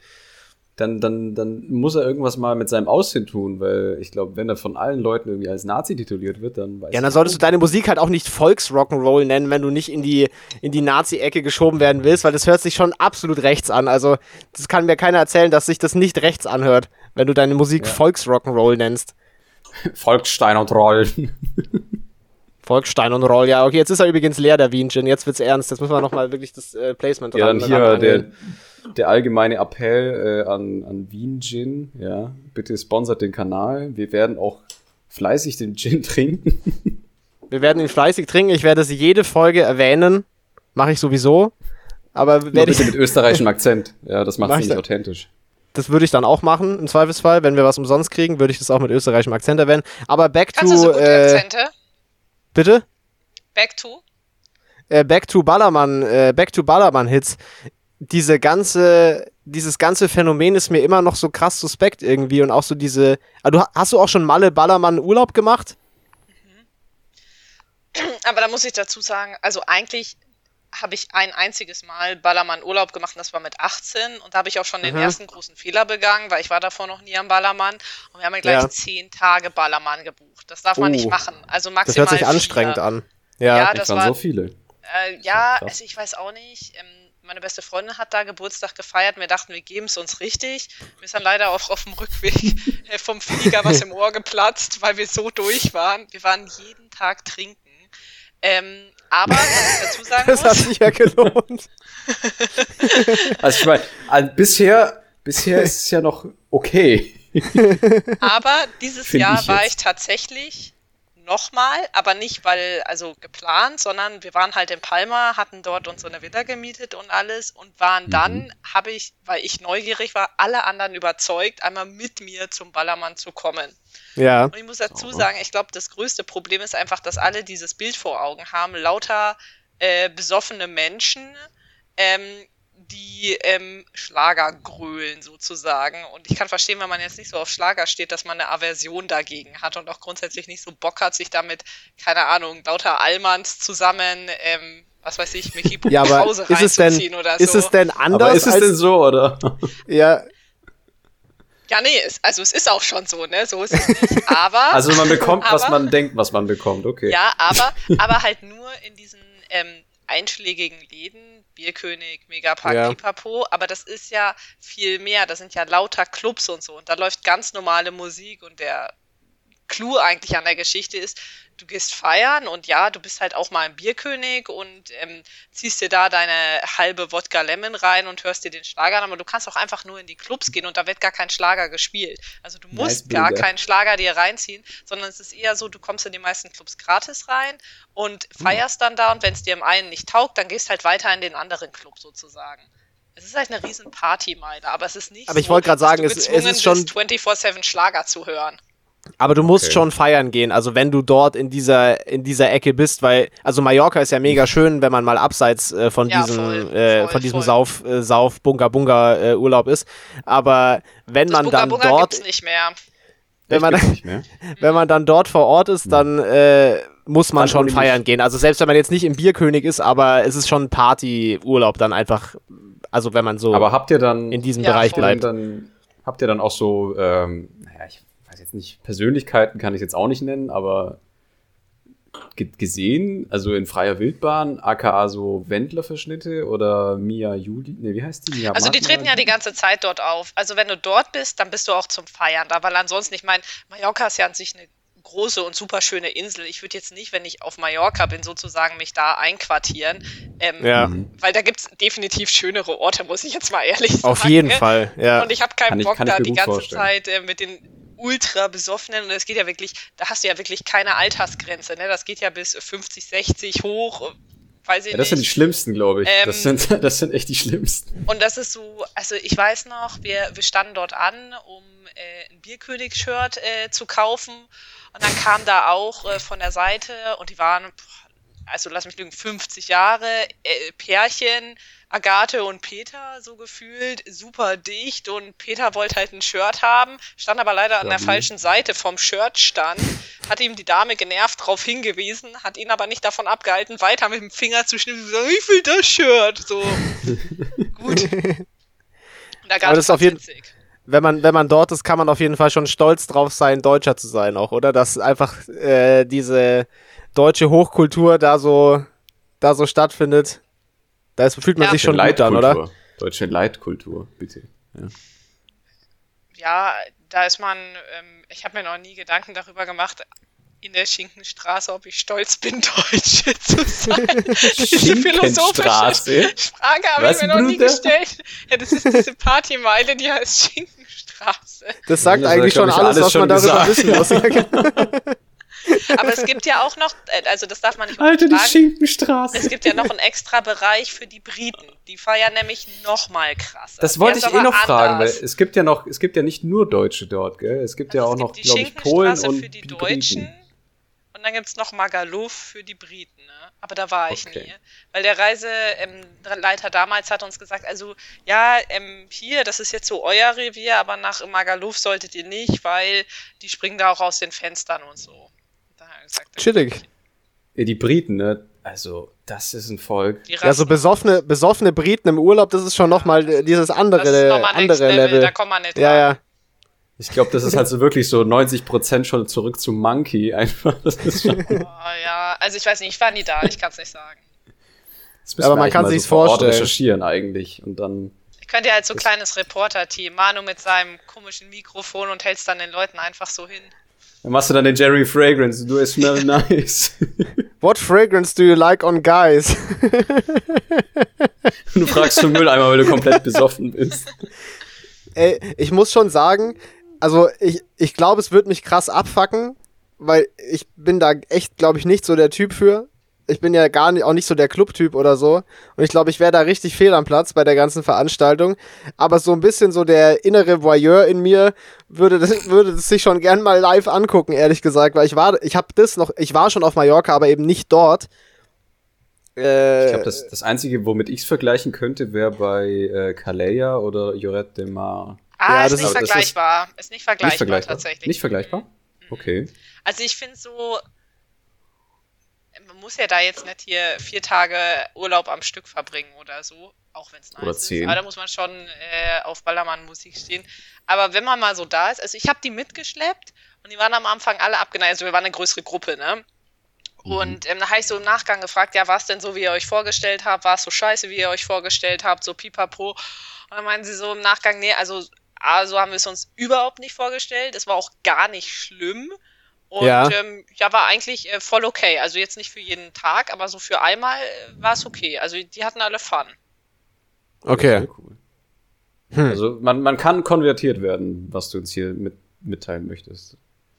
B: Dann, dann, dann muss er irgendwas mal mit seinem Aussehen tun, weil ich glaube, wenn er von allen Leuten irgendwie als Nazi tituliert wird, dann weiß
A: Ja,
B: ich
A: dann solltest du deine Musik halt auch nicht Volksrock'n'Roll nennen, wenn du nicht in die, in die Nazi-Ecke geschoben werden willst, weil das hört sich schon absolut rechts an. Also, das kann mir keiner erzählen, dass sich das nicht rechts anhört, wenn du deine Musik
B: Ja.
A: Volksrock'n'Roll nennst.
B: Volksstein und Roll.
A: Volksstein und Roll, ja. Okay, jetzt ist er übrigens leer, der Wienchen. Jetzt wird's ernst. Jetzt müssen wir nochmal wirklich das äh, Placement
B: Ja,
A: ran-
B: dann hier der,
A: ranangeln.
B: der allgemeine Appell äh, an, an Wien Gin. Ja, bitte sponsert den Kanal. Wir werden auch fleißig den Gin trinken.
A: Wir werden ihn fleißig trinken. Ich werde es jede Folge erwähnen. Mache ich sowieso. Aber
B: Nur
A: werde ich,
B: bitte mit österreichischem Akzent. Ja, das macht
A: Mach
B: es
A: ich
B: nicht
A: da-
B: authentisch.
A: das würde ich dann auch machen, im Zweifelsfall. Wenn wir was umsonst kriegen, würde ich das auch mit österreichischem Akzent erwähnen. Aber back
C: Kannst du
A: to.
C: so gute
A: äh,
C: Akzente?
A: bitte?
C: Back to?
A: äh, Back to Ballermann, äh, Back to Ballermann Hits, diese ganze, dieses ganze Phänomen ist mir immer noch so krass suspekt irgendwie und auch so diese, ah, du ha- hast du auch schon Malle Ballermann Urlaub gemacht?
C: Aber da muss ich dazu sagen, also eigentlich habe ich ein einziges Mal Ballermann Urlaub gemacht, und das war mit 18 und da habe ich auch schon den
A: Mhm.
C: ersten großen Fehler begangen, weil ich war davor noch nie am Ballermann und wir haben ja gleich
A: Ja.
C: zehn Tage Ballermann gebucht. Das darf man
A: Oh.
C: nicht machen. Also
A: Das
C: maximal
A: hört sich anstrengend
C: vier.
A: an.
C: Ja,
A: Ja.
C: das
B: waren
C: war
B: so viele.
C: Äh, ja,
B: krass.
C: also ich weiß auch nicht. Ähm, meine beste Freundin hat da Geburtstag gefeiert. Wir dachten, wir geben es uns richtig. Wir sind dann leider auch auf dem Rückweg äh, vom Flieger was im Ohr geplatzt, weil wir so durch waren. Wir waren jeden Tag trinken. Ähm, aber, was ich dazu sagen
A: Das hat
C: muss,
A: sich ja gelohnt.
B: Also ich meine, an- bisher, bisher ist es ja noch okay.
C: aber dieses
B: Find
C: Jahr
B: ich
C: war
B: jetzt.
C: ich tatsächlich nochmal, aber nicht, weil, also geplant, sondern wir waren halt in Palma, hatten dort unsere Villa gemietet und alles und
B: Mhm.
C: waren dann, habe ich, weil ich neugierig war, alle anderen überzeugt, einmal mit mir zum Ballermann zu kommen.
A: Ja.
C: Und ich muss dazu
A: ne?
B: Sauber.
C: sagen, ich glaube, das größte Problem ist einfach, dass alle dieses Bild vor Augen haben, lauter äh, besoffene Menschen, ähm, die ähm, Schlager grölen sozusagen. Und ich kann verstehen, wenn man jetzt nicht so auf Schlager steht, dass man eine Aversion dagegen hat und auch grundsätzlich nicht so Bock hat, sich damit, keine Ahnung, lauter Allmanns zusammen, ähm, was weiß ich, Mickey
A: Ja, aber ist es denn-
C: reinzuziehen oder
A: Ist
C: so.
A: es denn anders?
B: Aber ist es
A: als,
B: denn so, oder?
A: ja,
C: ja, nee, es, also es ist auch schon so, ne? So ist es nicht. Aber.
B: Also man bekommt, was
C: Aber-
B: man denkt, was man bekommt. Okay.
C: Ja, aber, aber halt nur in diesen ähm, einschlägigen Läden, Bierkönig, Megapark,
A: Ja.
C: Pipapo, aber das ist ja viel mehr, das sind ja lauter Clubs und so und da läuft ganz normale Musik und der Clou eigentlich an der Geschichte ist, du gehst feiern und ja, du bist halt auch mal ein Bierkönig und ähm, ziehst dir da deine halbe Wodka Lemon rein und hörst dir den Schlager an, aber du kannst auch einfach nur in die Clubs gehen und da wird gar kein Schlager gespielt. Also du musst
B: Nice,
C: gar
B: Bilder.
C: keinen Schlager dir reinziehen, sondern es ist eher so, du kommst in die meisten Clubs gratis rein und
A: Hm.
C: feierst dann da und wenn es dir im einen nicht taugt, dann gehst halt weiter in den anderen Club sozusagen. Es ist halt eine riesen Partymeile, aber es ist nicht
A: Aber ich
C: so,
A: wollte gerade
C: dass
A: sagen,
C: du
A: es- es
C: gezwungen
A: ist schon-
C: bist, 24/7 Schlager zu hören.
A: aber du musst
B: Okay.
A: schon feiern gehen, also wenn du dort in dieser, in dieser Ecke bist, weil, also Mallorca ist ja
B: Mhm.
A: mega schön, wenn man mal abseits äh, von,
C: Ja,
A: diesem,
C: voll,
A: äh,
C: voll,
A: von diesem
C: voll.
A: Sauf, äh, Sauf, Bunga Bunga äh, Urlaub ist, aber wenn
C: Das
A: man
C: Bunga
A: dann
C: Bunga
A: dort
C: gibt's nicht mehr.
A: wenn man,
B: Echt, nicht mehr.
A: wenn man dann dort vor Ort ist, dann äh, muss man
B: Dann
A: schon
B: ohne
A: feiern gehen. Also selbst wenn man jetzt nicht im Bierkönig ist, aber es ist schon Partyurlaub dann einfach, also wenn man so
B: Aber Mhm. habt ihr dann
A: in diesem
C: Ja,
A: Bereich
C: voll.
A: bleibt.
B: Dann habt ihr dann auch so, ähm, naja, ich weiß jetzt nicht, Persönlichkeiten kann ich jetzt auch nicht nennen, aber ge gesehen, also in freier Wildbahn, aka so Wendler-Verschnitte oder Mia Juli, ne, wie heißt die? Mia
C: Also die
B: Magna?
C: treten ja die ganze Zeit dort auf. Also wenn du dort bist, dann bist du auch zum Feiern da, weil ansonsten, ich meine, Mallorca ist ja an sich eine große und super schöne Insel. Ich würde jetzt nicht, wenn ich auf Mallorca bin, sozusagen mich da einquartieren. Ähm,
A: Ja,
B: Mhm.
C: Weil da gibt's definitiv schönere Orte, muss ich jetzt mal ehrlich sagen.
A: auf jeden Fall. Ja.
C: Und ich habe
B: Kann
C: keinen
B: ich-
C: Bock
B: kann ich
C: da
B: mir
C: die
B: gut
C: ganze
B: vorstellen.
C: Zeit äh, mit den ultra besoffenen und es geht ja wirklich, da hast du ja wirklich keine Altersgrenze, ne? Das geht ja bis 50, 60 hoch, weiß ich
B: Ja, das sind die
C: nicht.
B: schlimmsten, glaube ich.
C: Ähm,
B: das, sind, das sind echt die schlimmsten.
C: Und das ist so, also ich weiß noch, wir, wir standen dort an, um äh, ein Bierkönig-Shirt äh, zu kaufen. Und dann kam da auch äh, von der Seite und die waren boah, also lass mich lügen, 50 Jahre, äh, Pärchen, Agathe und Peter so gefühlt, super dicht und Peter wollte halt ein Shirt haben, stand aber leider an der
B: Mhm.
C: falschen Seite vom Shirtstand, hat ihm die Dame genervt drauf hingewiesen, hat ihn aber nicht davon abgehalten, weiter mit dem Finger zu schnippen, so, ich will das Shirt, so. Gut. Und Agathe
A: Aber das ist auf jeden-
C: fand's witzig.
A: Wenn man, wenn man dort ist, kann man auf jeden Fall schon stolz drauf sein, Deutscher zu sein auch, oder? Dass einfach äh, diese deutsche Hochkultur da so, da so stattfindet. Da ist, fühlt man
C: Ja.
A: sich schon gut dann, oder?
B: Deutsche Leitkultur, bitte.
C: ja, da ist man, ähm, ich habe mir noch nie Gedanken darüber gemacht, in der Schinkenstraße, ob ich stolz bin, Deutsche zu sein. Diese philosophische Frage habe
B: Was,
C: ich mir noch nie
B: Bruder?
C: gestellt. Ja, das ist diese Partymeile, die heißt Schinkenstraße.
A: Das sagt
B: Ja, das
A: eigentlich
B: hat,
A: schon
B: glaub ich,
A: alles,
B: alles
A: was man
B: schon
A: darüber
B: gesagt.
A: wissen muss.
C: Aber es gibt ja auch noch, äh, also das darf man nicht
B: Alter, die
C: unterschlagen, es
B: Schinkenstraße.
C: gibt ja noch einen extra Bereich für die Briten. Die feiern nämlich noch mal krasser.
B: Das
C: Der
B: wollte
C: ist
B: ich eh
C: aber
B: noch fragen, weil
C: anders.
B: es gibt ja noch, es gibt ja nicht nur Deutsche dort, gell? Es gibt ja
C: Also
B: auch
C: es
B: noch,
C: gibt
B: glaube
C: die
B: ich, Polen
C: Schinkenstraße
B: und
C: für die
B: Briten.
C: Deutschen und dann gibt es noch Magaluf für die Briten. Ne? Aber da war ich
B: Okay.
C: nie. Weil der Reiseleiter damals hat uns gesagt, also ja, ähm, hier, das ist jetzt so euer Revier, aber nach Magaluf solltet ihr nicht, weil die springen da auch aus den Fenstern und so. Da hat er gesagt,
A: Chillig.
B: Ja, die Briten, ne? Also, das ist ein Volk.
C: Die
A: Ja, so
C: Rassen-
A: besoffene, besoffene Briten im Urlaub, das ist schon nochmal dieses andere,
C: das ist nochmal next
A: andere
C: Level,
A: Level.
C: da kommt man nicht
A: Ja,
C: ran.
A: ja.
B: Ich glaube, das ist halt so wirklich so 90% schon zurück zu Monkey einfach. Das, ist schon, das
C: Oh, ja, also ich weiß nicht, ich war nie da, ich kann es nicht sagen.
B: müssen wir
A: Aber man
B: eigentlich
A: kann
B: mal
A: sich's
B: so vor Ort
A: vorstellen.
B: recherchieren eigentlich und dann
C: Ich könnte ja halt so ein kleines Reporter-Team, Manu mit seinem komischen Mikrofon und hältst dann den Leuten einfach so hin.
B: Dann machst du dann den Jerry Fragrance. Du, it smell nice.
A: What fragrance do you like on guys?
B: du fragst zum Mülleimer, weil du komplett besoffen bist.
A: Ey, ich muss schon sagen, also ich, ich glaube, es wird mich krass abfacken, weil ich bin da echt, glaube ich, nicht so der Typ für. Ich bin ja gar nicht, auch nicht so der Clubtyp oder so. Und ich glaube, ich wäre da richtig fehl am Platz bei der ganzen Veranstaltung. Aber so ein bisschen so der innere Voyeur in mir würde das, würde das sich schon gern mal live angucken, ehrlich gesagt. Weil ich war, ich habe das noch, ich war schon auf Mallorca, aber eben nicht dort. Äh,
B: Ich glaube, das, das Einzige, womit ich es vergleichen könnte, wäre bei äh, Calella oder Lloret de Mar.
C: Ah,
A: Ja,
C: ist
A: das
C: nicht
A: ist-
B: das ist
C: vergleichbar. Ist, nicht vergleichbar,
B: Nicht vergleichbar.
C: tatsächlich. Mhm.
B: Nicht vergleichbar? Okay.
C: Also ich finde so, man muss ja da jetzt nicht hier vier Tage Urlaub am Stück verbringen oder so, auch wenn es nice
B: Oder
C: ist.
B: zehn.
C: Aber da muss man schon äh, auf Ballermann Musik stehen. Aber wenn man mal so da ist, also ich habe die mitgeschleppt und die waren am Anfang alle abgeneigt. Also wir waren eine größere Gruppe, ne? Und ähm, da habe ich so im Nachgang gefragt, ja, war es denn so, wie ihr euch vorgestellt habt? War es so scheiße, wie ihr euch vorgestellt habt? So pipapo. Und dann meinen sie so im Nachgang, nee, also A, so haben wir es uns überhaupt nicht vorgestellt. Es war auch gar nicht schlimm. Und
A: Ja.
C: ja, ähm, ja war eigentlich äh, voll okay. Also jetzt nicht für jeden Tag, aber so für einmal äh, war es okay. Also die hatten alle Fun.
A: okay.
B: Cool. Also man, man kann konvertiert werden, was du uns hier mit, mitteilen möchtest.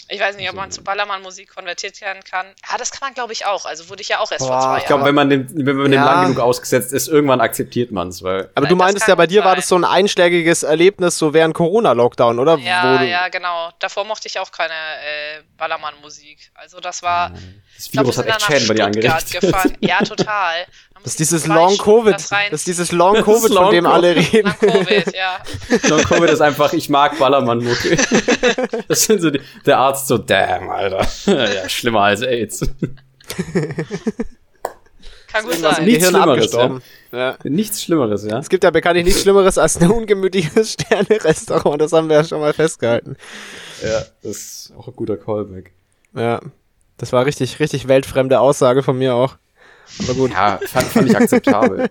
C: Ich weiß nicht, ob man
B: Also-
C: zu Ballermann-Musik konvertiert werden kann. Ja, das kann man, glaube ich, auch. Also wurde ich ja auch erst
A: Boah,
C: vor zwei
A: ich
B: Ich
C: Jahren.
B: glaube, wenn man dem, wenn man dem
A: Ja.
B: lang genug ausgesetzt ist, irgendwann akzeptiert man es, weil
A: Aber du
C: Nein, das
A: meintest
C: kann
A: ja, bei
C: gut
A: dir war
C: sein.
A: das so ein einschlägiges Erlebnis, so während Corona-Lockdown, oder? Wo
C: Ja,
A: du-
C: ja, genau. Davor mochte ich auch keine äh, Ballermann-Musik. Also das war.
B: das
C: Ich glaub,
B: Virus hat
C: wir sind
B: echt
C: dann nach
B: Schäden bei dir
C: Stuttgart
B: angerichtet.
C: gefahren. Ja, total. Da muss
A: Das ist
C: ich
A: dieses
C: zwei
A: Long
C: Stunden
A: Covid,
C: Das rein.
A: das ist dieses Long
B: Das ist
A: Covid, von
B: Long
A: dem alle reden.
C: Long Covid, ja.
B: Dann kommen wir das einfach, ich mag Ballermann-Mucke. Das sind so die, der Arzt so, damn, Alter. Ja, schlimmer als AIDS.
C: Kann gut
A: Irgendwas im
B: Nichts
C: sein.
A: Gehirn
B: Schlimmeres,
A: abgestorben. Ja.
B: Nichts Schlimmeres, ja?
A: Es gibt ja bekanntlich nichts Schlimmeres als ein ungemütliches Sterne-Restaurant, das haben wir ja schon mal festgehalten.
B: Ja, das ist auch ein guter Callback.
A: Ja. Das war richtig, richtig weltfremde Aussage von mir auch. Aber gut.
B: Ja, fand, fand ich akzeptabel.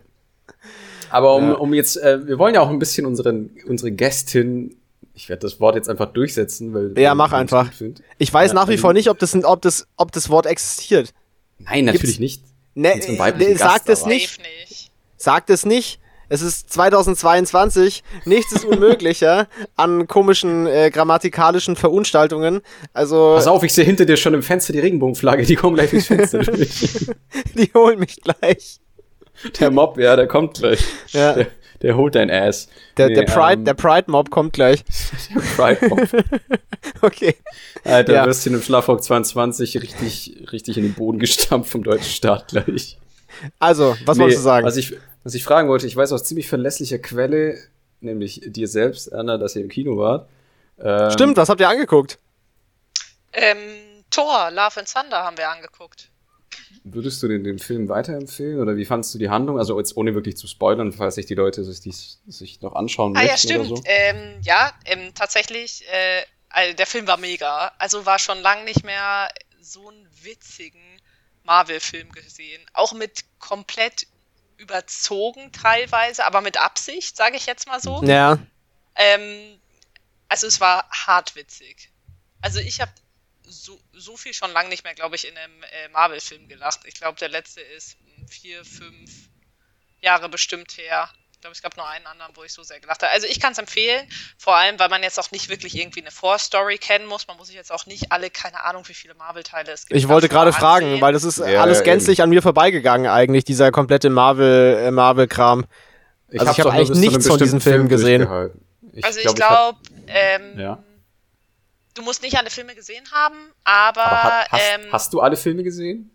B: Aber um,
A: Ja.
B: um jetzt, äh, wir wollen ja auch ein bisschen unseren, unsere Gästin, ich werde das Wort jetzt einfach durchsetzen, weil.
A: Ja,
B: weil
A: mach
B: ich das
A: einfach.
B: gut find.
A: Ich weiß
B: Ja,
A: nach wie
B: ähm,
A: vor nicht, ob das, ob das, ob das Wort existiert.
B: Nein,
A: Gibt's-
B: natürlich nicht.
A: Ne,
B: Unseren
A: ne,
B: weiblichen Gast
A: sagt es
B: aber.
A: nicht.
C: Safe nicht.
A: Sagt es nicht. Es ist 2022. Nichts ist unmöglicher an komischen äh, grammatikalischen Verunstaltungen. Also
B: Pass auf, ich sehe hinter dir schon im Fenster die Regenbogenflagge, die kommen gleich durchs Fenster durch.
A: die holen mich gleich.
B: Der Mob, ja, der kommt gleich.
A: Ja.
B: Der, Der holt dein Ass.
A: Der,
B: Nee,
A: der Pride,
B: ähm,
A: der Pride Mob kommt gleich.
B: Pride Mob.
A: Okay.
B: Alter,
A: Ja.
B: wirst du in dem Schlafrock 22 richtig, richtig in den Boden gestampft vom deutschen Staat gleich.
A: Also, was wolltest du sagen?
B: Was ich, was ich fragen wollte, ich weiß aus ziemlich verlässlicher Quelle, nämlich dir selbst, Anna, dass ihr im Kino wart. Ähm,
A: Stimmt, was habt ihr angeguckt?
C: Ähm, Thor, Love and Thunder haben wir angeguckt.
B: Würdest du den, den Film weiterempfehlen oder wie fandst du die Handlung? Also jetzt ohne wirklich zu spoilern, falls sich die Leute sich, die, sich noch anschauen
C: Ah ja,
B: möchten oder
C: stimmt.
A: Also
B: so.
C: Ähm, ja, ähm, tatsächlich, äh, also der Film war mega. Also war schon lang nicht mehr so einen witzigen Marvel-Film gesehen. Auch mit komplett überzogen teilweise, aber mit Absicht, sage ich jetzt mal so.
A: Ja.
C: Ähm, also es war hart witzig. Also ich habe so, so viel schon lange nicht mehr, glaube ich, in einem äh, Marvel-Film gelacht. Ich glaube, der letzte ist hm, vier, fünf Jahre bestimmt her. Ich glaube, es gab nur einen anderen, wo ich so sehr gelacht habe. Also ich kann es empfehlen, vor allem, weil man jetzt auch nicht wirklich irgendwie eine Vorstory kennen muss. Man muss sich jetzt auch nicht alle, keine Ahnung, wie viele Marvel-Teile es gibt.
A: Ich wollte
C: dafür
A: gerade
C: ansehen.
A: fragen, weil das ist äh,
B: Ja,
A: alles
B: ja,
A: gänzlich an mir vorbeigegangen eigentlich, dieser komplette Marvel, äh, Marvel-Kram. also
B: hab's
A: ich hab
B: auch nur
A: eigentlich
B: bis zu einem
A: nichts von diesem
B: bestimmten
A: Film gesehen.
B: durchgehalten.
C: Also ich
B: glaub,
C: glaube,
B: hab-
C: ähm,
B: Ja.
C: du musst nicht alle Filme gesehen haben, aber,
B: aber ha- hast,
C: ähm,
B: hast du alle Filme gesehen?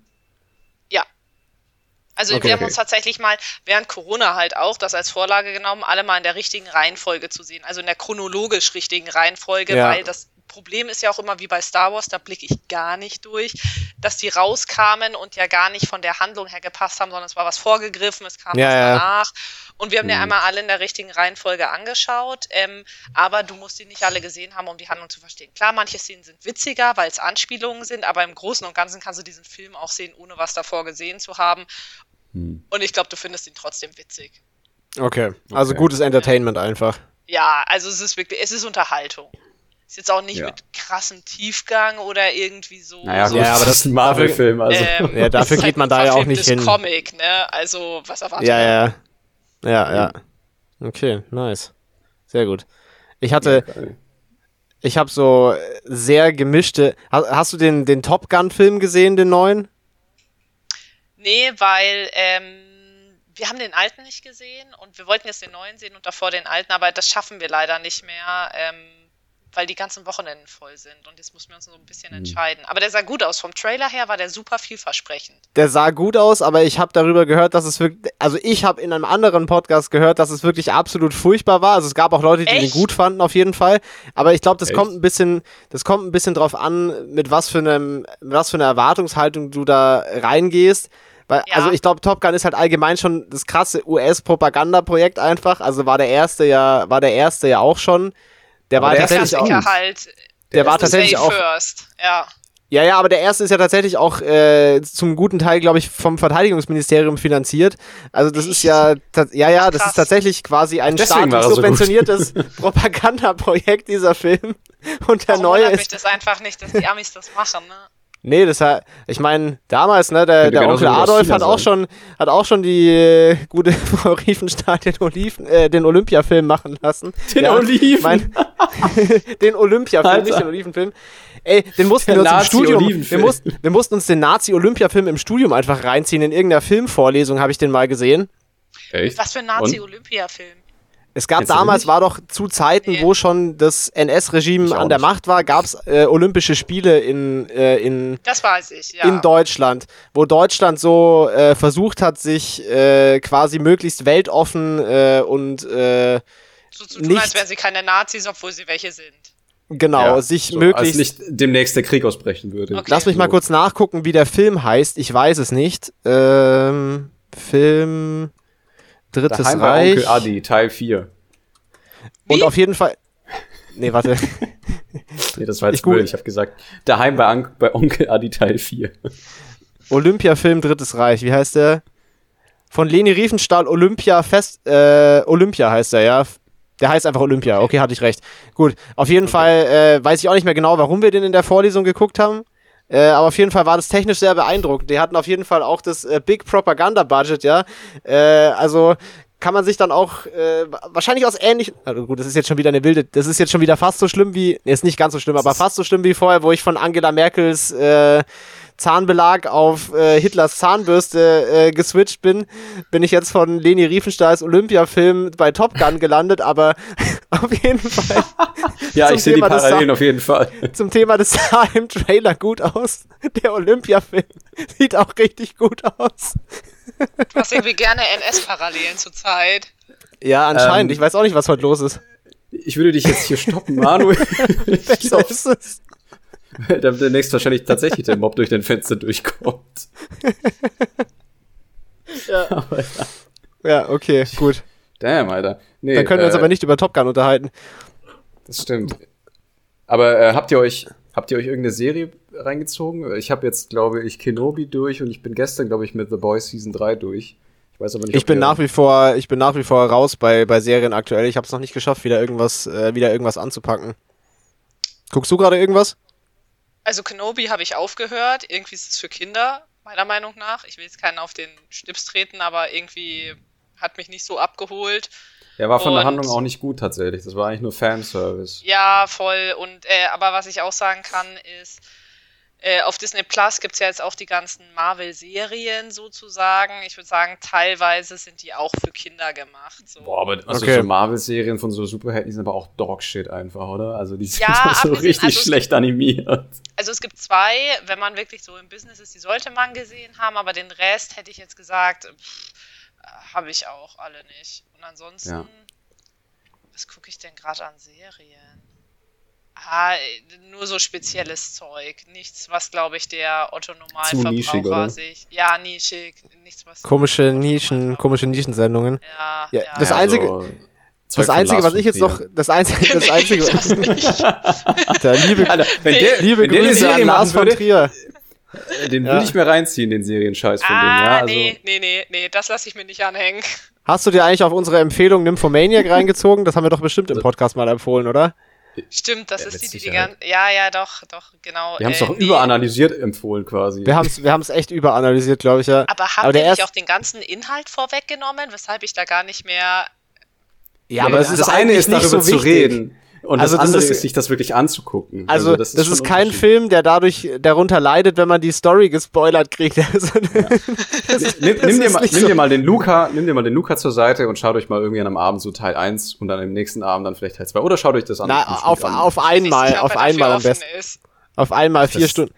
C: Also
B: Okay,
C: wir haben
B: okay.
C: uns tatsächlich mal während Corona halt auch das als Vorlage genommen, alle mal in der richtigen Reihenfolge zu sehen, also in der chronologisch richtigen Reihenfolge,
A: Ja.
C: weil das Problem ist ja auch immer wie bei Star Wars, da blicke ich gar nicht durch, dass die rauskamen und ja gar nicht von der Handlung her gepasst haben, sondern es war was vorgegriffen, es kam
A: Ja,
C: was
A: ja.
C: danach. Und wir haben ja
B: Mhm.
C: einmal alle in der richtigen Reihenfolge angeschaut, ähm, aber du musst die nicht alle gesehen haben, um die Handlung zu verstehen. Klar, manche Szenen sind witziger, weil es Anspielungen sind, aber im Großen und Ganzen kannst du diesen Film auch sehen, ohne was davor gesehen zu haben.
B: Hm.
C: Und ich glaube, du findest ihn trotzdem witzig.
A: Okay. Also
B: Okay.
A: gutes Entertainment einfach.
C: Ja, also es ist wirklich, es ist Unterhaltung. Ist jetzt auch nicht
B: Ja.
C: mit krassem Tiefgang oder irgendwie so.
B: Naja,
C: so
B: gut,
A: Ja, aber
B: das ist ein Marvel-Film. Also.
C: ähm,
A: Ja, dafür
C: es ist
A: geht man da ja auch
C: verfilmtes
A: nicht hin.
C: Comic, ne? Also, was erwartet
A: Ja,
C: man?
A: ja. Ja, ja. Okay, nice. Sehr gut. Ich hatte,
C: Äh,
B: Geil.
A: ich habe so äh, sehr gemischte. Ha- Hast du den, den Top Gun-Film gesehen, den neuen?
C: Nee, weil ähm, wir haben den alten nicht gesehen und wir wollten jetzt den neuen sehen und davor den alten, aber das schaffen wir leider nicht mehr, ähm, weil die ganzen Wochenenden voll sind und jetzt müssen wir uns so ein bisschen
A: Hm.
C: entscheiden. Aber der sah gut aus. Vom Trailer her war der super vielversprechend.
A: Der sah gut aus, aber ich habe darüber gehört, dass es wirklich. Also ich habe in einem anderen Podcast gehört, dass es wirklich absolut furchtbar war. Also es gab auch Leute, die den
C: Echt?
A: gut fanden, auf jeden Fall. Aber ich glaube, das
B: Echt?
A: kommt ein bisschen, das kommt ein bisschen drauf an, mit was für einem, mit was für einer Erwartungshaltung du da reingehst. Weil,
C: Ja.
A: Also ich glaube, Top Gun ist halt allgemein schon das krasse US-Propagandaprojekt einfach. Also war der erste ja, war der erste ja auch schon. Der
B: Aber
A: war
B: der erste
A: tatsächlich
B: ist
A: auch.
B: gut.
C: Klassiker halt.
A: Der war
C: Ist ein
A: tatsächlich
C: Safe
A: auch.
C: First. Ja.
A: Ja, ja, aber der erste ist ja tatsächlich auch äh, zum guten Teil, glaube ich, vom Verteidigungsministerium finanziert. Also das ist ja, tats- ja, ja, das
C: Krass.
A: ist tatsächlich quasi ein
B: Deswegen
A: staatlich
B: war er so gut.
A: subventioniertes Propagandaprojekt dieser Film. Und der
C: Warum
A: neue
C: wundert mich
A: ist,
C: das einfach nicht, dass die Amis das machen, ne?
A: nee, das war, ich meine, damals, ne, der,
B: Könnte
A: der
B: genauso
A: Onkel
B: gut
A: Adolf
B: aus China
A: hat auch schon, hat auch schon die äh, gute Frau Riefenstahl den Oliven, äh, den Olympiafilm machen lassen.
B: Den
A: Ja,
B: Oliven.
A: Mein, den Olympiafilm,
B: Alter.
A: nicht den Olivenfilm. Ey, den mussten
B: Der
A: wir uns im Studium, wir
B: Nazi-Olivenfilm.
A: mussten, wir mussten uns den Nazi-Olympiafilm im Studium einfach reinziehen. In irgendeiner Filmvorlesung habe ich den mal gesehen.
B: Echt?
C: Was für ein Nazi-Olympia-Film.
A: Es gab
B: Kennst du den
A: damals,
B: nicht?
A: war doch zu Zeiten,
C: Nee.
A: wo schon das NS-Regime
B: Ich auch
A: an der
B: nicht.
A: Macht war, gab es äh, Olympische Spiele in, äh, in,
C: Das weiß ich, ja.
A: in Deutschland, wo Deutschland so äh, versucht hat, sich äh, quasi möglichst weltoffen äh, und äh,
C: so zu tun,
A: nicht-
C: als wären sie keine Nazis, obwohl sie welche sind.
A: genau,
B: Ja,
A: sich
B: so,
A: möglichst.
B: Als nicht demnächst der Krieg ausbrechen würde.
C: Okay.
A: Lass mich mal
B: So.
A: kurz nachgucken, wie der Film heißt. Ich weiß es nicht. Ähm, Film Drittes
B: Daheim bei
A: Reich.
B: Onkel Adi, Teil 4.
A: Und
C: Wie?
A: auf jeden Fall. Nee, warte.
B: Nee, das war jetzt
A: Ich google.
B: cool. Ich habe gesagt, daheim bei, An bei Onkel Adi, Teil 4.
A: Olympia-Film Drittes Reich. Wie heißt der? Von Leni Riefenstahl Olympia Fest. Äh, Olympia heißt er, ja. Der heißt einfach Olympia. Okay, hatte ich recht. Gut. Auf jeden Fall äh, weiß ich auch nicht mehr genau, warum wir den in der Vorlesung geguckt haben. Äh, aber auf jeden Fall war das technisch sehr beeindruckend. Die hatten auf jeden Fall auch das äh, Big Propaganda Budget, ja. Äh, also kann man sich dann auch äh, wa- wahrscheinlich aus ähnlichen. Also gut, das ist jetzt schon wieder eine wilde. Das ist jetzt schon wieder fast so schlimm wie. nee, Ist nicht ganz so schlimm, aber fast so schlimm wie vorher, wo ich von Angela Merkels äh, Zahnbelag auf äh, Hitlers Zahnbürste äh, geswitcht bin, bin ich jetzt von Leni Riefenstahls Olympia-Film bei Top Gun gelandet, aber auf jeden Fall.
B: Ja,
A: Zum
B: ich sehe die
A: Thema des
B: Parallelen
A: Sa-
B: auf jeden Fall.
A: Zum Thema, das sah im Trailer gut aus. Der Olympia-Film sieht auch richtig gut aus.
C: Du hast irgendwie gerne NS-Parallelen zur Zeit.
A: Ja, anscheinend.
B: Ähm,
A: ich weiß auch nicht, was heute los ist.
B: Ich würde dich jetzt hier stoppen, Manuel. ich
A: So
B: glaub,
A: ist es.
B: damit demnächst wahrscheinlich tatsächlich der Mob durch dein Fenster durchkommt.
A: Ja. ja, okay, gut.
B: Damn, Alter. Nee,
A: Dann können wir uns
B: äh,
A: aber nicht über Top Gun unterhalten.
B: Das stimmt. Aber äh, habt ihr euch habt ihr euch irgendeine Serie reingezogen? Ich habe jetzt glaube ich Kenobi durch und ich bin gestern glaube ich mit The Boys Season 3 durch. Ich weiß aber nicht.
A: Ich bin nach
B: wie
A: wie vor, ich bin nach wie vor raus bei, bei Serien aktuell. Ich habe es noch nicht geschafft, wieder irgendwas, äh, wieder irgendwas anzupacken. Guckst du gerade irgendwas?
C: Also Kenobi habe ich aufgehört. Irgendwie ist es für Kinder, meiner Meinung nach. Ich will jetzt keinen auf den Schnips treten, aber irgendwie hat mich nicht so abgeholt.
B: Er war von der
C: und-
B: Handlung auch nicht gut tatsächlich. Das war eigentlich nur Fanservice.
C: Ja, voll. Und äh, aber was ich auch sagen kann, ist, äh, auf Disney Plus gibt's ja jetzt auch die ganzen Marvel-Serien sozusagen. Ich würde sagen, teilweise sind die auch für Kinder gemacht. So.
B: Boah, aber also
A: Okay.
B: so Marvel-Serien von so Superhelden, die sind aber auch Dogshit einfach, oder? Also die sind
C: Ja,
B: so
C: abgesehen-
B: richtig
C: also es-
B: schlecht animiert.
C: Also es gibt zwei, wenn man wirklich so im Business ist, die sollte man gesehen haben, aber den Rest hätte ich jetzt gesagt, pff, äh, habe ich auch alle nicht. Und ansonsten,
B: Ja.
C: was gucke ich denn gerade an Serien? Ah, äh, nur so spezielles Zeug. Nichts, was, glaube ich, der
B: Zu
C: Otto
B: nischig,
C: Normalverbraucher
B: oder?
C: sich... Ja, nischig. Nichts, was...
A: Komische
C: der Otto
A: Nischen,
C: Normalverbraucher-
A: komische Nischensendungen.
C: Ja,
A: Ja,
C: ja,
A: das
C: ja.
A: Einzige-
B: so Zeug
A: Das
B: also von
A: einzige,
B: Lars
A: was ich jetzt
B: von
A: noch, das einzige, das
C: Nee,
A: einzige,
C: das nicht.
A: der liebe,
B: Trier. Alter, wenn der,
A: liebe
B: wenn der die
A: Grüße
B: Serie
A: an Lars
B: machen
A: von
B: würde,
A: Trier.
B: den
A: Ja.
B: würde ich mir reinziehen, den Serien-Scheiß von dem. Ja,
C: Ah,
B: also,
C: nee, nee, nee, nee, das lasse ich mir nicht anhängen.
A: Hast du dir eigentlich auf unsere Empfehlung Nymphomaniac reingezogen? Das haben wir doch bestimmt im Podcast mal empfohlen, oder?
C: Stimmt, das
B: Ja,
C: ist
B: mit
C: die, die die
B: Sicherheit.
C: ganzen. Ja, ja, doch, doch, genau.
B: Wir haben es doch
C: nee.
B: überanalysiert empfohlen quasi.
A: Wir haben es wir haben's echt überanalysiert, glaube ich, ja.
C: Aber
A: Aber
C: habt
A: der
C: ihr nicht
A: erst-
C: auch den ganzen Inhalt vorweggenommen, weshalb ich da gar nicht mehr.
A: Ja,
B: aber das, das eine
A: eigentlich
B: ist,
A: nicht
B: darüber
A: so wichtig.
B: zu reden. Und
A: Also
B: das
A: das
B: andere
A: ist-
B: ist, sich das wirklich anzugucken.
A: Also, das ist,
B: schon
A: kein
B: unterschiedlich.
A: Film, der dadurch darunter leidet, wenn man die Story gespoilert kriegt. Also,
B: Nimm,
A: Das
B: nimm, dir
A: ist
B: mal,
A: nicht
B: nimm
A: so.
B: dir mal den Luca, nimm dir mal den Luca zur Seite und schaut euch mal irgendwie an einem Abend so Teil 1 und dann im nächsten Abend dann vielleicht Teil 2 oder schaut euch das an.
A: Na, auf, auf einmal,
C: Ich weiß nicht, ob
A: auf
C: er dafür
A: einmal am
C: offen
A: besten.
C: Ist.
A: Auf einmal vier
B: das-
A: Stunden.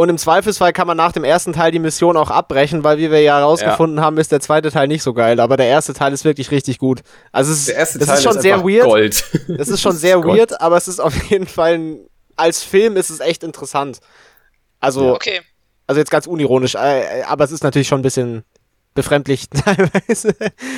A: Und im Zweifelsfall kann man nach dem ersten Teil die Mission auch abbrechen, weil wie wir ja herausgefunden haben, ist der zweite Teil nicht so geil, aber der erste Teil ist wirklich richtig gut. Also es,
B: der erste
A: es
B: Teil
A: ist schon sehr
B: einfach
A: weird.
B: Gold.
A: Es ist schon sehr
B: Gott.
A: weird, aber es ist auf jeden Fall ein, als Film ist es echt interessant. Also,
C: Okay.
A: also jetzt ganz unironisch, äh, äh, aber es ist natürlich schon ein bisschen befremdlich teilweise,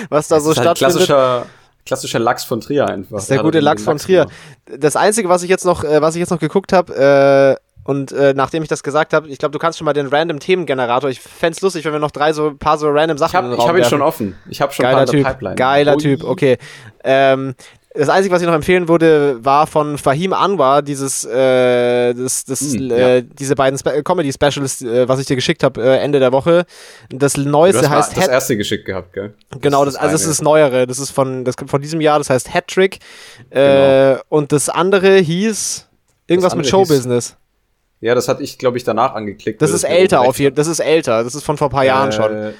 A: was da so
B: Das ist
A: stattfindet.
B: halt klassischer, klassischer Lachs von Trier einfach.
A: Das ist der
B: Hat
A: gute
B: halt
A: Lachs
B: den
A: von Trier.
B: gemacht.
A: Das einzige, was ich jetzt noch, äh, was ich jetzt noch geguckt habe, äh, und äh, nachdem ich das gesagt habe, ich glaube, du kannst schon mal den random Themengenerator. Ich fänd's lustig, wenn wir noch drei so ein paar so random Sachen
B: Ich habe
A: in den
B: ich
A: Raum
B: hab ihn
A: werfen.
B: schon offen. Ich habe schon ein
A: Also Geiler
B: paar
A: Typ.
B: in der Pipeline.
A: Geiler
B: Oh, Ui.
A: Typ, okay. Ähm, das einzige, was ich noch empfehlen würde, war von Fahim Anwar, dieses, äh, das, das,
B: Hm,
A: äh, diese beiden Spe Comedy-Specials, äh, was ich dir geschickt habe, äh, Ende der Woche. Das
B: Du hast
A: Neueste
B: mal
A: heißt
B: das
A: Head
B: erste geschickt gehabt, gell?
A: Genau, das, also das
B: eine.
A: ist das Neuere. Das ist von, das kommt von diesem Jahr, das heißt Hattrick. Äh,
B: Genau.
A: und das andere hieß irgendwas
B: Das
A: mit
B: andere hieß-
A: Showbusiness.
B: Ja, das hatte ich, glaube ich, danach angeklickt.
A: Das
B: weil
A: ist
B: mir
A: älter
B: oben
A: auf
B: rechts
A: jeden Das ist älter. Das ist von vor ein paar Jahren schon.
B: Äh,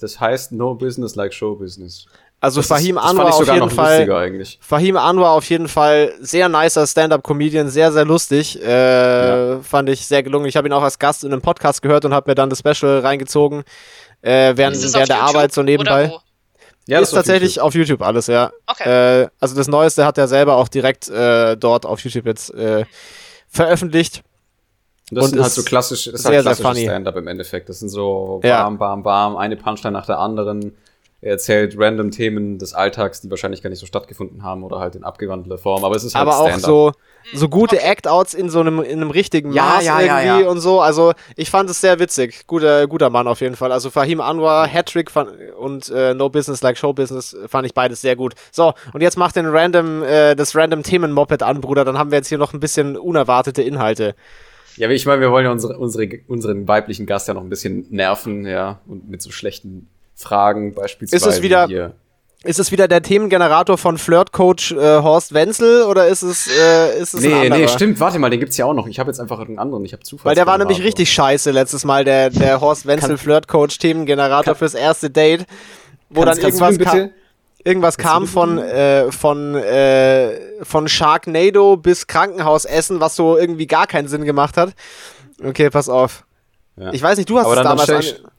B: Das heißt No Business Like Show Business.
A: Also
B: Das
A: Fahim
B: ist- das fand
A: Anwar
B: ich
A: auf
B: sogar
A: jeden
B: noch
A: Fall.
B: lustiger eigentlich.
A: Fahim Anwar auf jeden Fall sehr nicer Stand-up-Comedian, sehr, sehr lustig. Äh, Fand ich sehr gelungen. Ich habe ihn auch als Gast in einem Podcast gehört und habe mir dann das Special reingezogen. Äh, während
C: Ist es
A: während der
C: auf YouTube
A: Arbeit so nebenbei.
C: Oder wo? Oh
B: Ja,
A: ist
B: auf
A: tatsächlich
B: YouTube.
A: auf YouTube alles, ja.
C: Okay.
A: Äh, also das Neueste hat er selber auch direkt äh, dort auf YouTube jetzt äh, veröffentlicht.
B: Das
A: und
B: sind halt
A: ist
B: so klassische, das ist
A: sehr,
B: halt
A: sehr
B: klassisches
A: funny.
B: Stand-up im Endeffekt. Das sind so
A: Ja.
B: bam, bam, bam, eine Punchline nach der anderen. Er erzählt random Themen des Alltags, die wahrscheinlich gar nicht so stattgefunden haben oder halt in abgewandelter Form. Aber es ist halt
A: Aber auch
B: Stand-up.
A: so, so gute Act-Outs in so einem, in einem richtigen
B: Ja,
A: Maß
B: ja, ja,
A: irgendwie
B: ja.
A: und so. Also ich fand es sehr witzig. Guter, guter Mann auf jeden Fall. Also Fahim Anwar, Hattrick fan- und äh, No Business Like Show Business äh, fand ich beides sehr gut. So, und jetzt mach den random, äh, das random Themen-Moped an, Bruder. Dann haben wir jetzt hier noch ein bisschen unerwartete Inhalte.
B: Ja, aber ich meine, wir wollen ja unsere, unsere, unseren weiblichen Gast ja noch ein bisschen nerven, ja, und mit so schlechten Fragen beispielsweise.
A: wieder-
B: hier.
A: Ist es wieder der Themengenerator von Flirtcoach äh, Horst Wenzel oder ist es, äh, ist es ein
B: Nee,
A: anderer?
B: nee, stimmt, Genau. warte mal, den gibt's ja auch noch. Ich habe jetzt einfach einen anderen, ich habe Zufall.
A: Weil der war nämlich richtig scheiße letztes Mal, der, der Horst Wenzel
B: Kann-
A: Flirtcoach Themengenerator fürs erste Date, wo dann
B: Kannst- kannst du
A: irgendwas
B: den
A: kam.
B: bitte-
A: Irgendwas kam von, äh, von, äh, von Sharknado bis Krankenhausessen, was so irgendwie gar keinen Sinn gemacht hat. Okay, pass auf.
B: Ja.
A: Ich weiß nicht, du hast
B: Aber
A: es
B: dann- dann
A: damals.
B: stell ich-
A: an-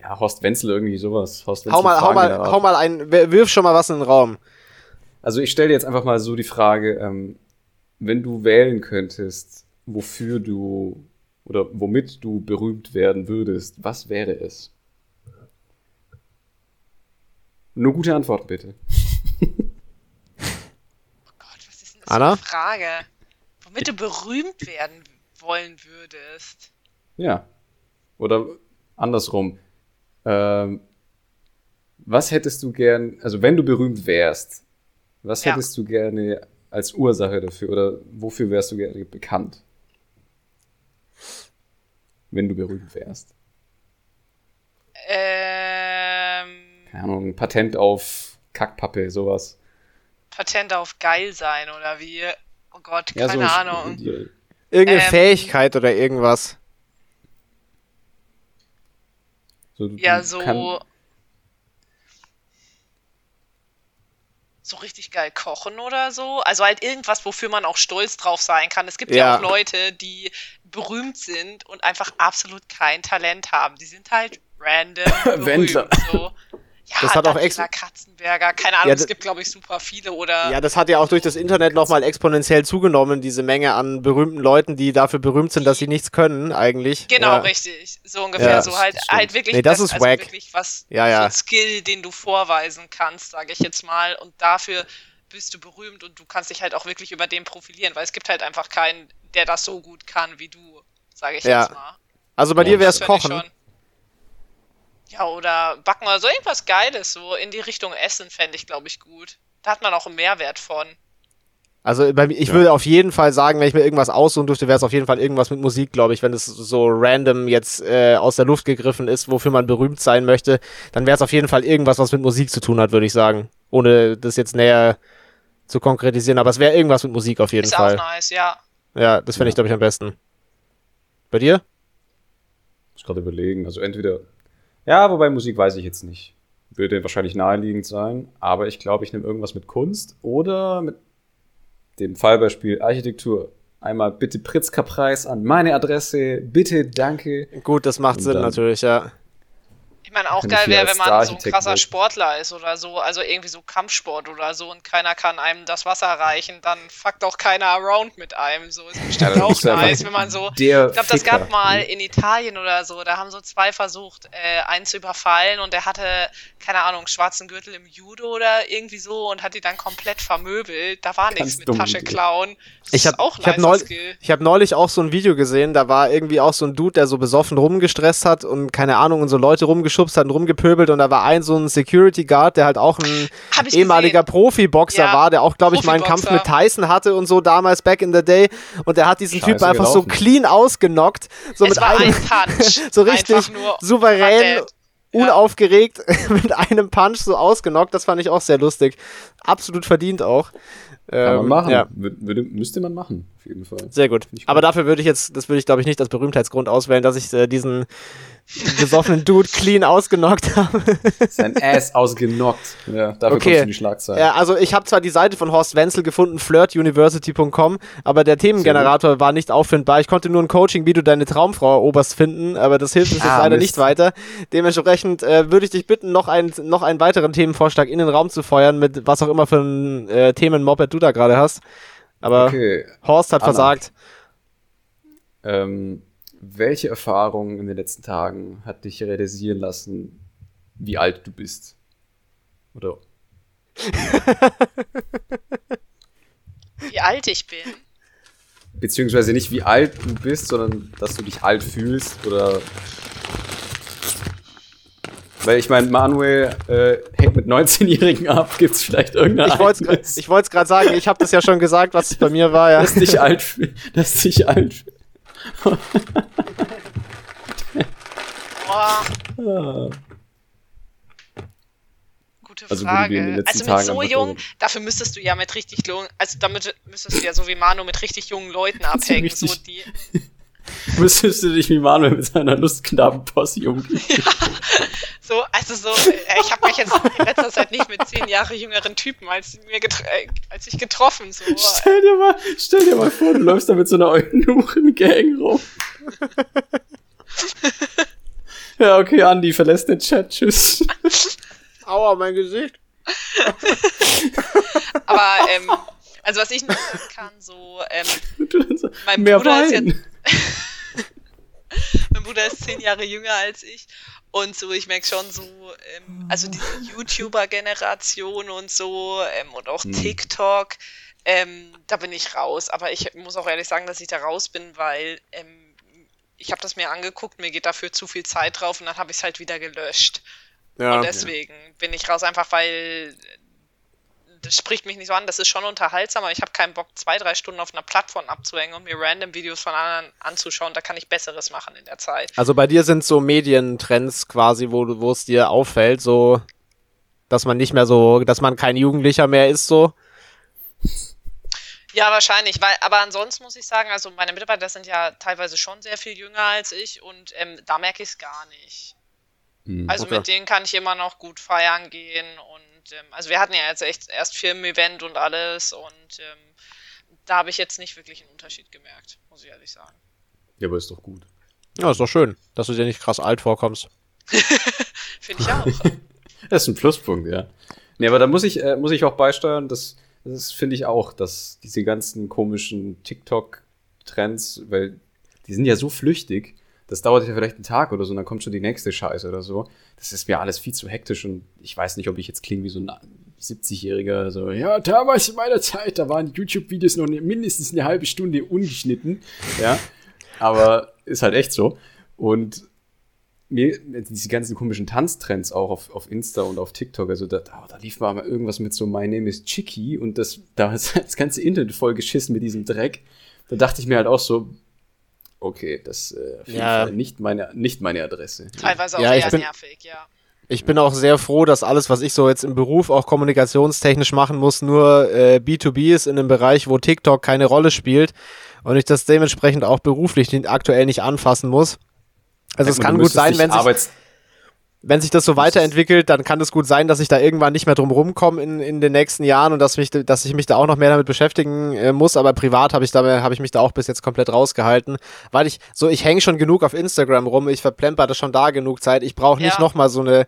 B: Ja, Horst Wenzel irgendwie sowas. Horst Wenzel
A: Hau mal, hau mal,
B: Fragengenerator.
A: hau mal ein, wirf schon mal was in den Raum.
B: Also ich stelle dir jetzt einfach mal so die Frage, ähm, wenn du wählen könntest, wofür du oder womit du berühmt werden würdest, was wäre es? Nur gute Antworten bitte.
C: Gott, was ist denn das
A: Anna?
C: für eine Frage? Womit du berühmt werden wollen würdest.
B: Ja. Oder andersrum. Ähm, was hättest du gern, also wenn du berühmt wärst, was
C: Ja.
B: hättest du gerne als Ursache dafür oder wofür wärst du gerne bekannt? Wenn du berühmt wärst.
C: Ähm,
B: Keine Ahnung, ein Patent auf Kackpappe, sowas.
C: Patent auf geil sein oder wie? Oh Gott,
B: Ja,
C: keine
B: so ein-
C: Ahnung.
B: die-
A: Irgendeine
C: Ähm.
A: Fähigkeit oder irgendwas.
B: So, du-
C: Ja,
B: du
C: so.
B: kann-
C: so richtig geil kochen oder so. Also halt irgendwas, wofür man auch stolz drauf sein kann. Es gibt ja,
A: Ja.
C: auch Leute, die berühmt sind und einfach absolut kein Talent haben. Die sind halt random. berühmt,
B: Wendler.
C: so. Ja,
A: Das hat auch
C: Daniela
A: ex-
C: Katzenberger, keine Ahnung,
A: Ja,
C: es
A: das-
C: gibt, glaube ich, super viele oder.
A: Ja, das hat ja auch durch das Internet nochmal exponentiell zugenommen, diese Menge an berühmten Leuten, die dafür berühmt sind, dass sie nichts können, eigentlich.
C: Genau,
A: ja.
C: richtig. So ungefähr.
A: Ja,
C: so
B: das
C: halt,
B: stimmt.
C: halt wirklich,
A: Nee, das ist
C: also
A: wack.
C: wirklich was,
A: Ja,
C: so
A: ja.
C: ein Skill, den du vorweisen kannst, sage ich jetzt mal. Und dafür bist du berühmt und du kannst dich halt auch wirklich über den profilieren, weil es gibt halt einfach keinen, der das so gut kann wie du, sage ich
A: Ja.
C: jetzt mal.
A: Also bei
B: Ja,
A: dir wär's
C: Das fänd ich
A: Kochen.
C: schon. Ja, oder backen oder so irgendwas Geiles, so in die Richtung Essen fände ich, glaube ich, gut. Da hat man auch einen Mehrwert von.
A: Also bei, mir- ich
B: Ja.
A: würde auf jeden Fall sagen, wenn ich mir irgendwas aussuchen dürfte, wäre es auf jeden Fall irgendwas mit Musik, glaube ich. Wenn es so random jetzt äh, aus der Luft gegriffen ist, wofür man berühmt sein möchte, dann wäre es auf jeden Fall irgendwas, was mit Musik zu tun hat, würde ich sagen. Ohne das jetzt näher zu konkretisieren, aber es wäre irgendwas mit Musik auf jeden
C: Ist
A: Fall.
C: auch nice, ja.
A: Ja, das fände ich, glaube ich, am besten. Bei dir?
B: muss gerade überlegen. Also entweder. Ja, wobei Musik weiß ich jetzt nicht. Würde wahrscheinlich naheliegend sein, aber ich glaube, ich nehme irgendwas mit Kunst oder mit dem Fallbeispiel Architektur. Einmal bitte Pritzker-Preis an meine Adresse. Bitte, danke.
A: Gut, das macht
B: Und
A: Sinn
B: dann-
A: natürlich, ja.
C: Ich meine, auch
B: Kann
C: geil
B: ich hier
C: wäre,
B: als
C: wenn man so ein
B: Star-Architekt
C: krasser
B: wirken.
C: Sportler ist oder so, also irgendwie so Kampfsport oder so und keiner kann einem das Wasser reichen, dann fuckt auch keiner around mit einem. So ist bestimmt
B: dann
C: auch
B: bist du einfach
C: nice, wenn man so.
B: Der
C: Ich glaube, das
B: Ficker.
C: gab mal in Italien oder so, da haben so zwei versucht, äh, einen zu überfallen und der hatte, keine Ahnung, schwarzen Gürtel im Judo oder irgendwie so und hat die dann komplett vermöbelt. Da war
B: Ganz
C: nichts mit
B: dumm,
C: Tasche
B: Idee.
C: klauen. Das
A: Ich
C: ist
A: habe
C: auch
A: ich hab
C: nicer
A: neul
C: Skill.
A: ich hab neulich auch so ein Video gesehen, da war irgendwie auch so ein Dude, der so besoffen rumgestresst hat und keine Ahnung, und so Leute rumgeschubst hat und rumgepöbelt und da war ein so ein Security Guard, der halt auch ein
C: Hab ich
A: ehemaliger Profiboxer
C: Ja,
A: war, der auch, glaube ich, mal einen Kampf mit
C: Profiboxer.
A: Tyson hatte und so damals back in the day und der hat diesen
B: Scheiße
A: Typen einfach so
B: gelaufen.
A: clean ausgenockt, so
C: es
A: mit
C: war
A: einem
C: ein Punch.
A: so richtig
C: Einfach nur
A: souverän,
C: verwählt. Ja.
A: unaufgeregt mit einem Punch so ausgenockt, das fand ich auch sehr lustig. Absolut verdient auch.
B: Kann man
A: Ähm,
B: machen.
A: Ja.
B: Wür- Würde, müsste man machen, auf jeden Fall.
A: Sehr gut.
B: Finde ich gut.
A: Aber dafür würde ich jetzt, das würde ich glaube ich nicht als Berühmtheitsgrund auswählen, dass ich äh, diesen besoffenen Dude clean ausgenockt habe.
B: Sein Ass ausgenockt. Ja, dafür
A: Okay.
B: kommst du in die Schlagzeilen.
A: Ja, also ich habe zwar die Seite von Horst Wenzel gefunden, flirtuniversity.com, aber der Themengenerator war nicht auffindbar. Ich konnte nur ein Coaching, wie du deine Traumfrau eroberst, finden, aber das hilft uns jetzt
B: Ah,
A: leider
B: Mist.
A: nicht weiter. Dementsprechend äh, würde ich dich bitten, noch, einen noch einen weiteren Themenvorschlag in den Raum zu feuern, mit was auch immer für ein äh, Themenmoped du da gerade hast. Aber
B: Okay.
A: Horst hat
B: Anna.
A: versagt.
B: Ähm, welche Erfahrung in den letzten Tagen hat dich realisieren lassen, wie alt du bist? Oder
C: wie alt ich bin.
B: beziehungsweise nicht wie alt du bist, sondern dass du dich alt fühlst oder. Weil ich meine, Manuel äh, hängt mit 19-Jährigen ab, gibt's vielleicht irgendeine
A: Ich wollte
B: Ereignis,
A: es gerade sagen, ich habe das ja schon gesagt, was es bei mir war. Ja.
B: dass dich alt fühl- dass dich alt fühl-
C: Boah,
B: Ah.
C: gute Gute
B: Also wurde
C: Frage.
B: dir in den letzten
C: also mit
B: Tagen
C: so
B: einfach
C: jung,
B: so-
C: dafür müsstest du ja mit richtig jungen, also damit müsstest du ja so wie Manu mit richtig jungen Leuten abhängen. So
D: richtig-
C: die,
D: Müsstest du dich wie Manuel mit seiner Lustknaben-Posse umgehen?
C: so, also so, äh, ich habe mich jetzt in letzter Zeit nicht mit zehn Jahre jüngeren Typen als mir getre- äh, als ich getroffen. So.
D: Stell dir, mal, stell dir mal vor, du läufst da mit so einer Eunuchen-Gang rum. ja, okay, Andi, verlässt den Chat, tschüss.
A: Aua, mein Gesicht.
C: Aber ähm, also was ich noch sagen kann, so ähm,
D: Und du dann so,
C: Mein
D: mehr
C: Bruder ist
D: Wein.
C: jetzt- mein Bruder ist zehn Jahre jünger als ich. Und so, ich merke schon so, ähm, also diese YouTuber-Generation und so ähm, und auch
B: Hm.
C: TikTok, ähm, da bin ich raus. Aber ich muss auch ehrlich sagen, dass ich da raus bin, weil ähm, ich habe das mir angeguckt, mir geht dafür zu viel Zeit drauf und dann habe ich es halt wieder gelöscht.
A: Ja.
C: Und deswegen bin ich raus, einfach weil äh, das spricht mich nicht so an. Das ist schon unterhaltsam, aber ich habe keinen Bock, zwei, drei Stunden auf einer Plattform abzuhängen und mir random Videos von anderen anzuschauen. Da kann ich Besseres machen in der Zeit.
A: Also bei dir sind so Medientrends quasi, wo du- wo es dir auffällt, so, dass man nicht mehr so, dass man kein Jugendlicher mehr ist, so.
C: Ja, wahrscheinlich, weil, aber ansonsten muss ich sagen, also meine Mitarbeiter das sind ja teilweise schon sehr viel jünger als ich und ähm, da merke ich es gar nicht.
B: Hm.
C: Also
A: Okay.
C: mit denen kann ich immer noch gut feiern gehen und ähm, also wir hatten ja jetzt echt erst Firmen-Event und alles und ähm, da habe ich jetzt nicht wirklich einen Unterschied gemerkt, muss ich ehrlich sagen.
B: Ja, aber ist doch gut.
A: Ja, ist doch schön, dass du dir nicht krass alt vorkommst.
C: Finde ich auch.
B: Das ist ein Pluspunkt, ja. Nee, aber da muss ich, äh, muss ich auch beisteuern, das, das finde ich auch, dass diese ganzen komischen TikTok-Trends, weil die sind ja so flüchtig, das dauert ja vielleicht einen Tag oder so, und dann kommt schon die nächste Scheiße oder so. Das ist mir alles viel zu hektisch und ich weiß nicht, ob ich jetzt klinge wie so ein 70-Jähriger, so, ja, damals in meiner Zeit, da waren YouTube-Videos noch ne- mindestens eine halbe Stunde ungeschnitten, ja. Aber ist halt echt so. Und mir, diese ganzen komischen Tanztrends auch auf, auf Insta und auf TikTok, also da, da, da lief mal irgendwas mit so My Name is Chicky und das, da ist das ganze Internet voll geschissen mit diesem Dreck. Da dachte ich mir halt auch so, okay, das äh, auf jeden
A: Ja.
B: Fall nicht meine, nicht meine Adresse.
C: Teilweise auch
A: Ja, ich
C: eher
A: bin-
C: nervig, ja.
A: Ich bin auch sehr froh, dass alles, was ich so jetzt im Beruf auch kommunikationstechnisch machen muss, nur äh, B2B ist in einem Bereich, wo TikTok keine Rolle spielt und ich das dementsprechend auch beruflich nicht- aktuell nicht anfassen muss. Also es
B: Merkt man,
A: kann
B: du
A: gut
B: müsstest
A: sein,
B: dich
A: wenn sich,
B: Arbeits
A: wenn sich das so
B: Das ist-
A: weiterentwickelt, dann kann es gut sein, dass ich da irgendwann nicht mehr drum rumkomme in, in den nächsten Jahren und dass, mich, dass ich mich da auch noch mehr damit beschäftigen äh, muss. Aber privat habe ich, dabei- habe ich mich da auch bis jetzt komplett rausgehalten, weil ich so, ich hänge schon genug auf Instagram rum, ich verplemper da schon da genug Zeit. Ich brauche nicht
C: Ja.
A: noch nochmal so eine.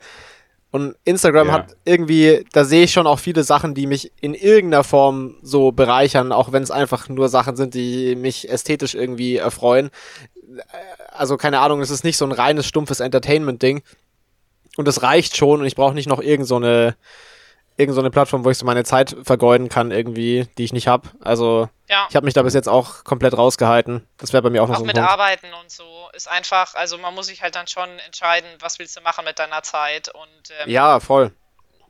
A: Und Instagram
B: Ja.
A: hat irgendwie, da sehe ich schon auch viele Sachen, die mich in irgendeiner Form so bereichern, auch wenn es einfach nur Sachen sind, die mich ästhetisch irgendwie erfreuen. Äh, Also keine Ahnung, es ist nicht so ein reines, stumpfes Entertainment-Ding. Und das reicht schon und ich brauche nicht noch irgend so eine, irgend so eine Plattform, wo ich so meine Zeit vergeuden kann irgendwie, die ich nicht habe. Also
C: Ja,
A: ich habe mich da bis jetzt auch komplett rausgehalten. Das wäre bei mir auch noch
C: auch
A: so ein
C: mit
A: Punkt.
C: Arbeiten und so ist einfach, also man muss sich halt dann schon entscheiden, was willst du machen mit deiner Zeit und ähm,
A: Ja, voll.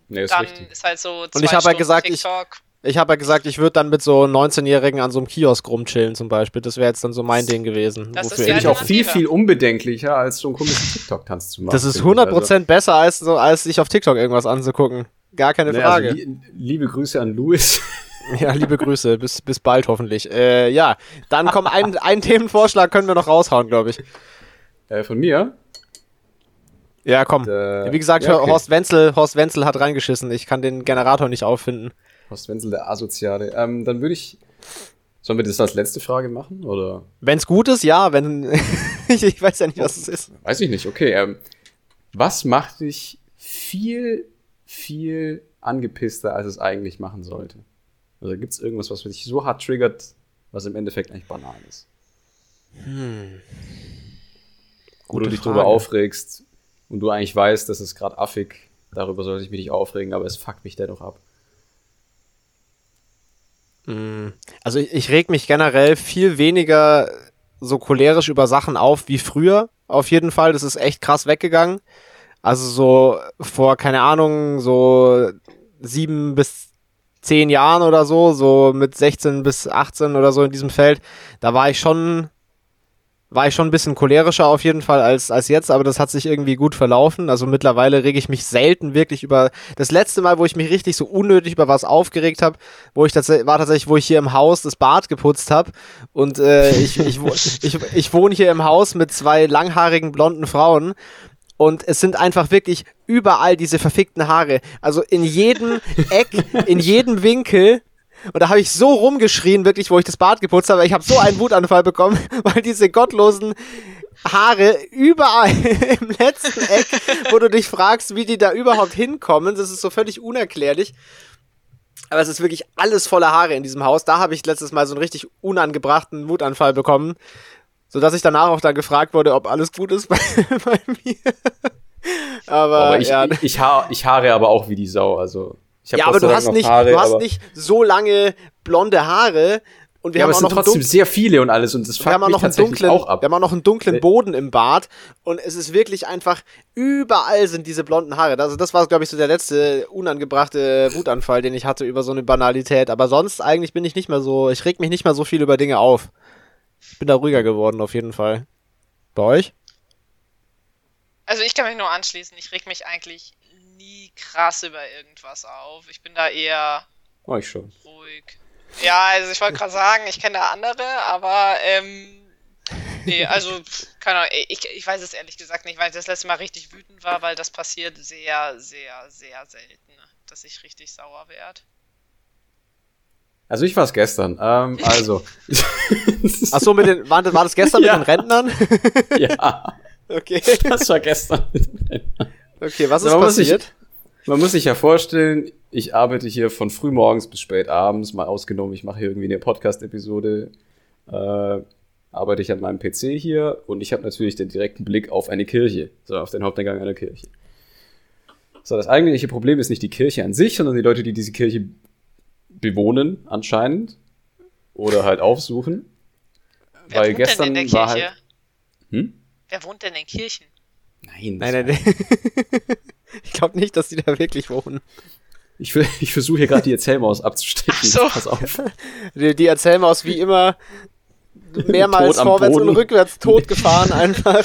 B: nee, ist
C: dann
B: richtig.
C: ist halt so zwei
A: ich habe ja
C: Stunden
A: gesagt, ich-
C: TikTok.
A: Ich habe ja gesagt, ich würde dann mit so 19-Jährigen an so einem Kiosk rumchillen zum Beispiel. Das wäre jetzt dann so mein Ding gewesen.
C: Das ist
A: wofür
C: die
B: Finde
A: ich
B: ich auch viel,
C: Alternative.
B: viel unbedenklicher, als so einen komischen TikTok-Tanz zu machen.
A: das ist
B: finde ich. Also,
A: 100% besser, als, so, als sich auf TikTok irgendwas anzugucken. Gar keine
B: Also, ne,
A: Frage.
B: Also, li liebe Grüße an Louis.
A: ja, liebe Grüße. Bis, bis bald hoffentlich. Äh, ja, dann komm, ein, einen Themenvorschlag können wir noch raushauen, glaube ich.
B: äh, von mir.
A: Ja, komm.
B: Äh,
A: Wie gesagt,
B: ja, okay.
A: Horst Wenzel, Horst Wenzel hat reingeschissen. Ich kann den Generator nicht auffinden.
B: Horst Wenzel, der Asoziale. Ähm, dann würde ich. Sollen wir das als letzte Frage machen? Oder?
A: Wenn's gut ist, ja, wenn ich, ich weiß ja nicht, was es ist.
B: Weiß ich nicht. Okay. Ähm, was macht dich viel, viel angepisster, als es eigentlich machen sollte? Also gibt es irgendwas, was dich so hart triggert, was im Endeffekt eigentlich banal ist? Wo du
A: Gute
B: dich
A: Frage.
B: drüber aufregst und du eigentlich weißt, das ist gerade affig, darüber sollte ich mich nicht aufregen, aber es fuckt mich dennoch ab.
A: Also ich, ich reg mich generell viel weniger so cholerisch über Sachen auf wie früher. Auf jeden Fall, das ist echt krass weggegangen. Also so vor, keine Ahnung, so sieben bis zehn Jahren oder so, so mit 16 bis 18 oder so in diesem Feld, da war ich schon war ich schon ein bisschen cholerischer auf jeden Fall als, als jetzt, aber das hat sich irgendwie gut verlaufen. Also mittlerweile rege ich mich selten wirklich über. Das letzte Mal, wo ich mich richtig so unnötig über was aufgeregt habe, wo ich tatsächlich war tatsächlich, wo ich hier im Haus das Bad geputzt habe. Und äh, ich, ich, wo- ich, ich wohne hier im Haus mit zwei langhaarigen blonden Frauen. Und es sind einfach wirklich überall diese verfickten Haare. Also in jedem Eck, in jedem Winkel. Und da habe ich so rumgeschrien, wirklich, wo ich das Bad geputzt habe. Ich habe so einen Wutanfall bekommen, weil diese gottlosen Haare überall im letzten Eck, wo du dich fragst, wie die da überhaupt hinkommen. Das ist so völlig unerklärlich. Aber es ist wirklich alles voller Haare in diesem Haus. Da habe ich letztes Mal so einen richtig unangebrachten Wutanfall bekommen. Sodass ich danach auch dann gefragt wurde, ob alles gut ist bei, bei mir. Aber,
B: Aber ich,
A: Äh, ja,
B: ich, ich, haar, ich haare aber auch wie die Sau. Also ich hab
A: ja,
B: Gott
A: aber du
B: sei Dank
A: hast
B: noch
A: nicht,
B: Haare,
A: du hast
B: aber-
A: nicht so lange blonde Haare und wir
B: Ja,
A: haben
B: aber es
A: auch
B: sind
A: noch einen
B: trotzdem
A: dun-
B: sehr viele und alles und das
A: wir
B: fuckt
A: haben auch
B: mich
A: noch einen
B: tatsächlich
A: dunklen,
B: auch ab. Äh.
A: wir haben auch noch einen dunklen
B: Nee.
A: Boden im Bart und es ist wirklich einfach überall sind diese blonden Haare. Also das war glaube ich so der letzte unangebrachte Wutanfall, den ich hatte über so eine Banalität. Aber sonst eigentlich bin ich nicht mehr so, ich reg mich nicht mehr so viel über Dinge auf. Ich bin da ruhiger geworden auf jeden Fall. Bei euch?
C: Also ich kann mich nur anschließen. Ich reg mich eigentlich nie krass über irgendwas auf. Ich bin da eher
B: Oh, ich schon.
C: ruhig. Ja, also ich wollte gerade sagen, ich kenne da andere, aber ähm, nee, also pff, keine Ahnung, ich, ich weiß es ehrlich gesagt nicht, weil ich das letzte Mal richtig wütend war, weil das passiert sehr, sehr, sehr selten, dass ich richtig sauer werde.
B: Also ich war es gestern. Ähm, also.
A: Ach so, mit den, war, war das gestern
B: Ja.
A: mit den Rentnern?
B: ja,
A: okay.
B: das war gestern.
A: Okay, was ist
B: Aber man muss
A: passiert?
B: Sich, man muss sich ja vorstellen, ich arbeite hier von frühmorgens bis spät abends, mal ausgenommen, ich mache hier irgendwie eine Podcast-Episode, äh, arbeite ich an meinem PC hier und ich habe natürlich den direkten Blick auf eine Kirche, so auf den Haupteingang einer Kirche. So, das eigentliche Problem ist nicht die Kirche an sich, sondern die Leute, die diese Kirche bewohnen, anscheinend. Oder halt aufsuchen.
C: Wer
B: weil
C: wohnt
B: gestern
C: denn in der
B: war
C: Kirche?
B: halt. Hm?
C: Wer wohnt denn in Kirchen?
B: Nein, das
A: Nein, nein, nein. ich glaube nicht, dass die da wirklich wohnen.
B: Ich, ver- ich versuche hier gerade die Erzählmaus abzustecken.
C: Ach so.
B: Pass auf.
A: Die, die erzählen aus wie immer mehrmals
B: Tot am
A: vorwärts und
B: Boden.
A: rückwärts tot gefahren einfach.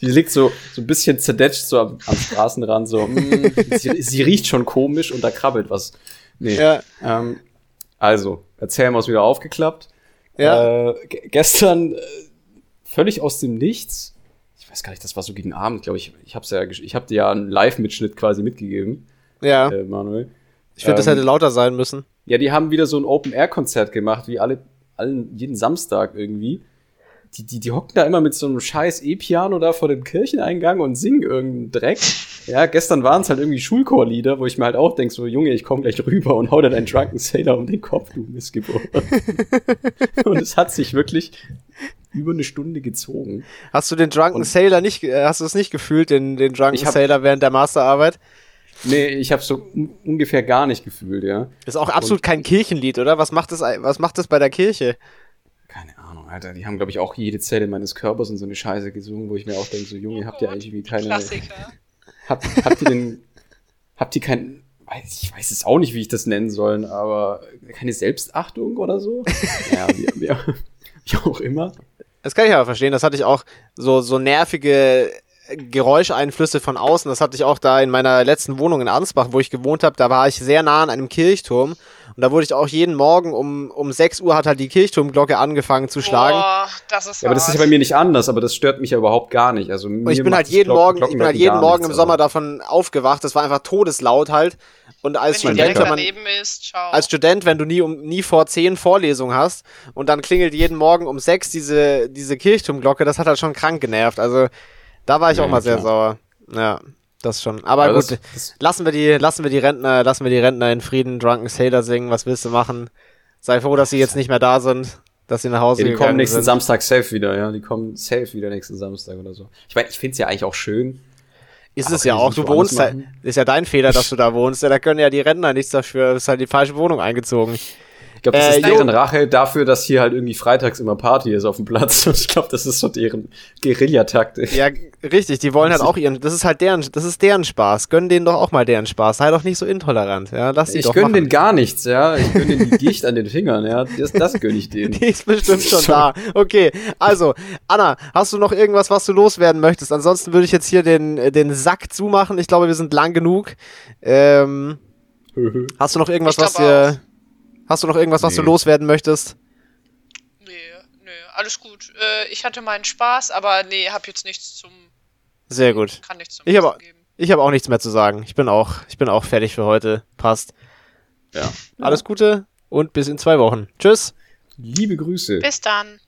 B: Die liegt so, so ein bisschen zerdetscht so am, am Straßenrand. So, mm, sie, sie riecht schon komisch und da krabbelt was. Nee.
A: ja,
B: Ähm, also, Erzählmaus wieder aufgeklappt.
A: ja.
B: Äh, ge- gestern äh, völlig aus dem Nichts. Ich weiß gar nicht, das war so gegen Abend, glaube ich. Ich habe ja, gesch- ich hab dir ja einen Live-Mitschnitt quasi mitgegeben,
A: ja.
B: äh, Manuel.
A: Ich finde, das
B: ähm,
A: hätte lauter sein müssen.
B: Ja, die haben wieder so ein Open-Air-Konzert gemacht, wie alle, allen, jeden Samstag irgendwie. Die, die, die hocken da immer mit so einem scheiß E-Piano da vor dem Kircheneingang und singen irgendeinen Dreck. Ja, gestern waren es halt irgendwie Schulchorlieder, wo ich mir halt auch denk so Junge, ich komm gleich rüber und hau dir deinen Drunken Sailor um den Kopf, du Missgeburt. und es hat sich wirklich über eine Stunde gezogen.
A: Hast du den Drunken
B: und-
A: Sailor nicht, ge- äh, hast du es nicht gefühlt, den, den Drunken
B: Ich hab-
A: Sailor während der Masterarbeit?
B: Nee, ich habe so un ungefähr gar nicht gefühlt, ja.
A: Ist auch absolut kein Kirchenlied, oder? Was macht das, ei- was macht das bei der Kirche?
B: Keine Ahnung, Alter. Die haben, glaube ich, auch jede Zelle meines Körpers in so eine Scheiße gesungen, wo ich mir auch denk so Junge, habt ihr eigentlich wie keine...
C: Klassiker.
B: Habt, habt ihr denn, habt ihr kein, weiß, ich weiß es auch nicht, wie ich das nennen soll, aber keine Selbstachtung oder so? Ja, wie, wie, wie auch immer.
A: Das kann ich aber verstehen. Das hatte ich auch so, so nervige Geräuscheinflüsse von außen. Das hatte ich auch da in meiner letzten Wohnung in Ansbach, wo ich gewohnt habe. Da war ich sehr nah an einem Kirchturm. Und da wurde ich auch jeden Morgen um, um 6 Uhr hat halt die Kirchturmglocke angefangen zu schlagen.
C: Boah, das ist
B: Ja, aber das ist ja
C: hart.
B: bei mir nicht anders, aber das stört mich ja überhaupt gar nicht. Also
A: Und ich bin halt jeden Morgen, ich bin halt jeden Morgen im Sommer davon aufgewacht. Das war einfach todeslaut halt. Und als
C: Wenn
B: mein
C: die direkt
A: Student, wenn man,
C: daneben ist, ciao.
A: als Student, wenn du nie um nie vor zehn Vorlesungen hast und dann klingelt jeden Morgen um sechs diese, diese Kirchturmglocke, das hat halt schon krank genervt. Also da war ich
B: Ja,
A: auch mal sehr
B: klar.
A: sauer. Ja, das schon. Aber
B: Aber
A: gut,
B: das- das-
A: lassen wir die, lassen wir die Rentner, lassen wir die Rentner in Frieden, Drunken Sailor singen, was willst du machen? Sei froh, dass sie jetzt nicht mehr da sind, dass sie nach Hause
B: Ja, die
A: gegangen
B: kommen nächsten
A: sind.
B: Samstag safe wieder, ja. Die kommen safe wieder nächsten Samstag oder so. Ich meine, ich finde es ja eigentlich auch schön.
A: Ist
B: Aber
A: es ja
B: können die
A: auch,
B: es
A: du
B: nicht woanders
A: wohnst da,
B: machen?
A: ist ja dein Fehler, dass du da wohnst, ja, da können ja die Rentner nichts dafür, du bist halt in die falsche Wohnung eingezogen.
B: glaube, das
A: Äh,
B: ist deren
A: jo.
B: Rache dafür, dass hier halt irgendwie freitags immer Party ist auf dem Platz. Und ich glaube, das ist so deren Guerillataktik.
A: Ja, richtig, die wollen halt auch ihren, das ist halt deren, das ist deren Spaß. Gönn denen doch auch mal deren Spaß. Sei doch nicht so intolerant, ja, lass sie
B: Ich
A: doch
B: gönne
A: machen.
B: denen gar nichts, ja. Ich gönne denen die Gicht an den Fingern, ja. Das, das gönne ich denen.
A: Die ist bestimmt schon da. Okay, also, Anna, hast du noch irgendwas, was du loswerden möchtest? Ansonsten würde ich jetzt hier den, äh, den Sack zumachen. Ich glaube, wir sind lang genug. Ähm, hast du noch irgendwas,
C: Ich
A: was dir.
C: glaube
A: Hast du noch irgendwas, was du
B: Nee.
A: loswerden möchtest?
C: Nee, nee, alles gut. Äh, ich hatte meinen Spaß, aber nee, hab jetzt nichts zum,
A: Sehr gut.
C: kann nichts zum
A: Ich aber-
C: Besten geben.
A: Ich habe auch nichts mehr zu sagen. Ich bin auch, ich bin auch fertig für heute. Passt.
B: Ja.
A: Alles Gute und bis in zwei Wochen. Tschüss.
B: Liebe Grüße.
C: Bis dann.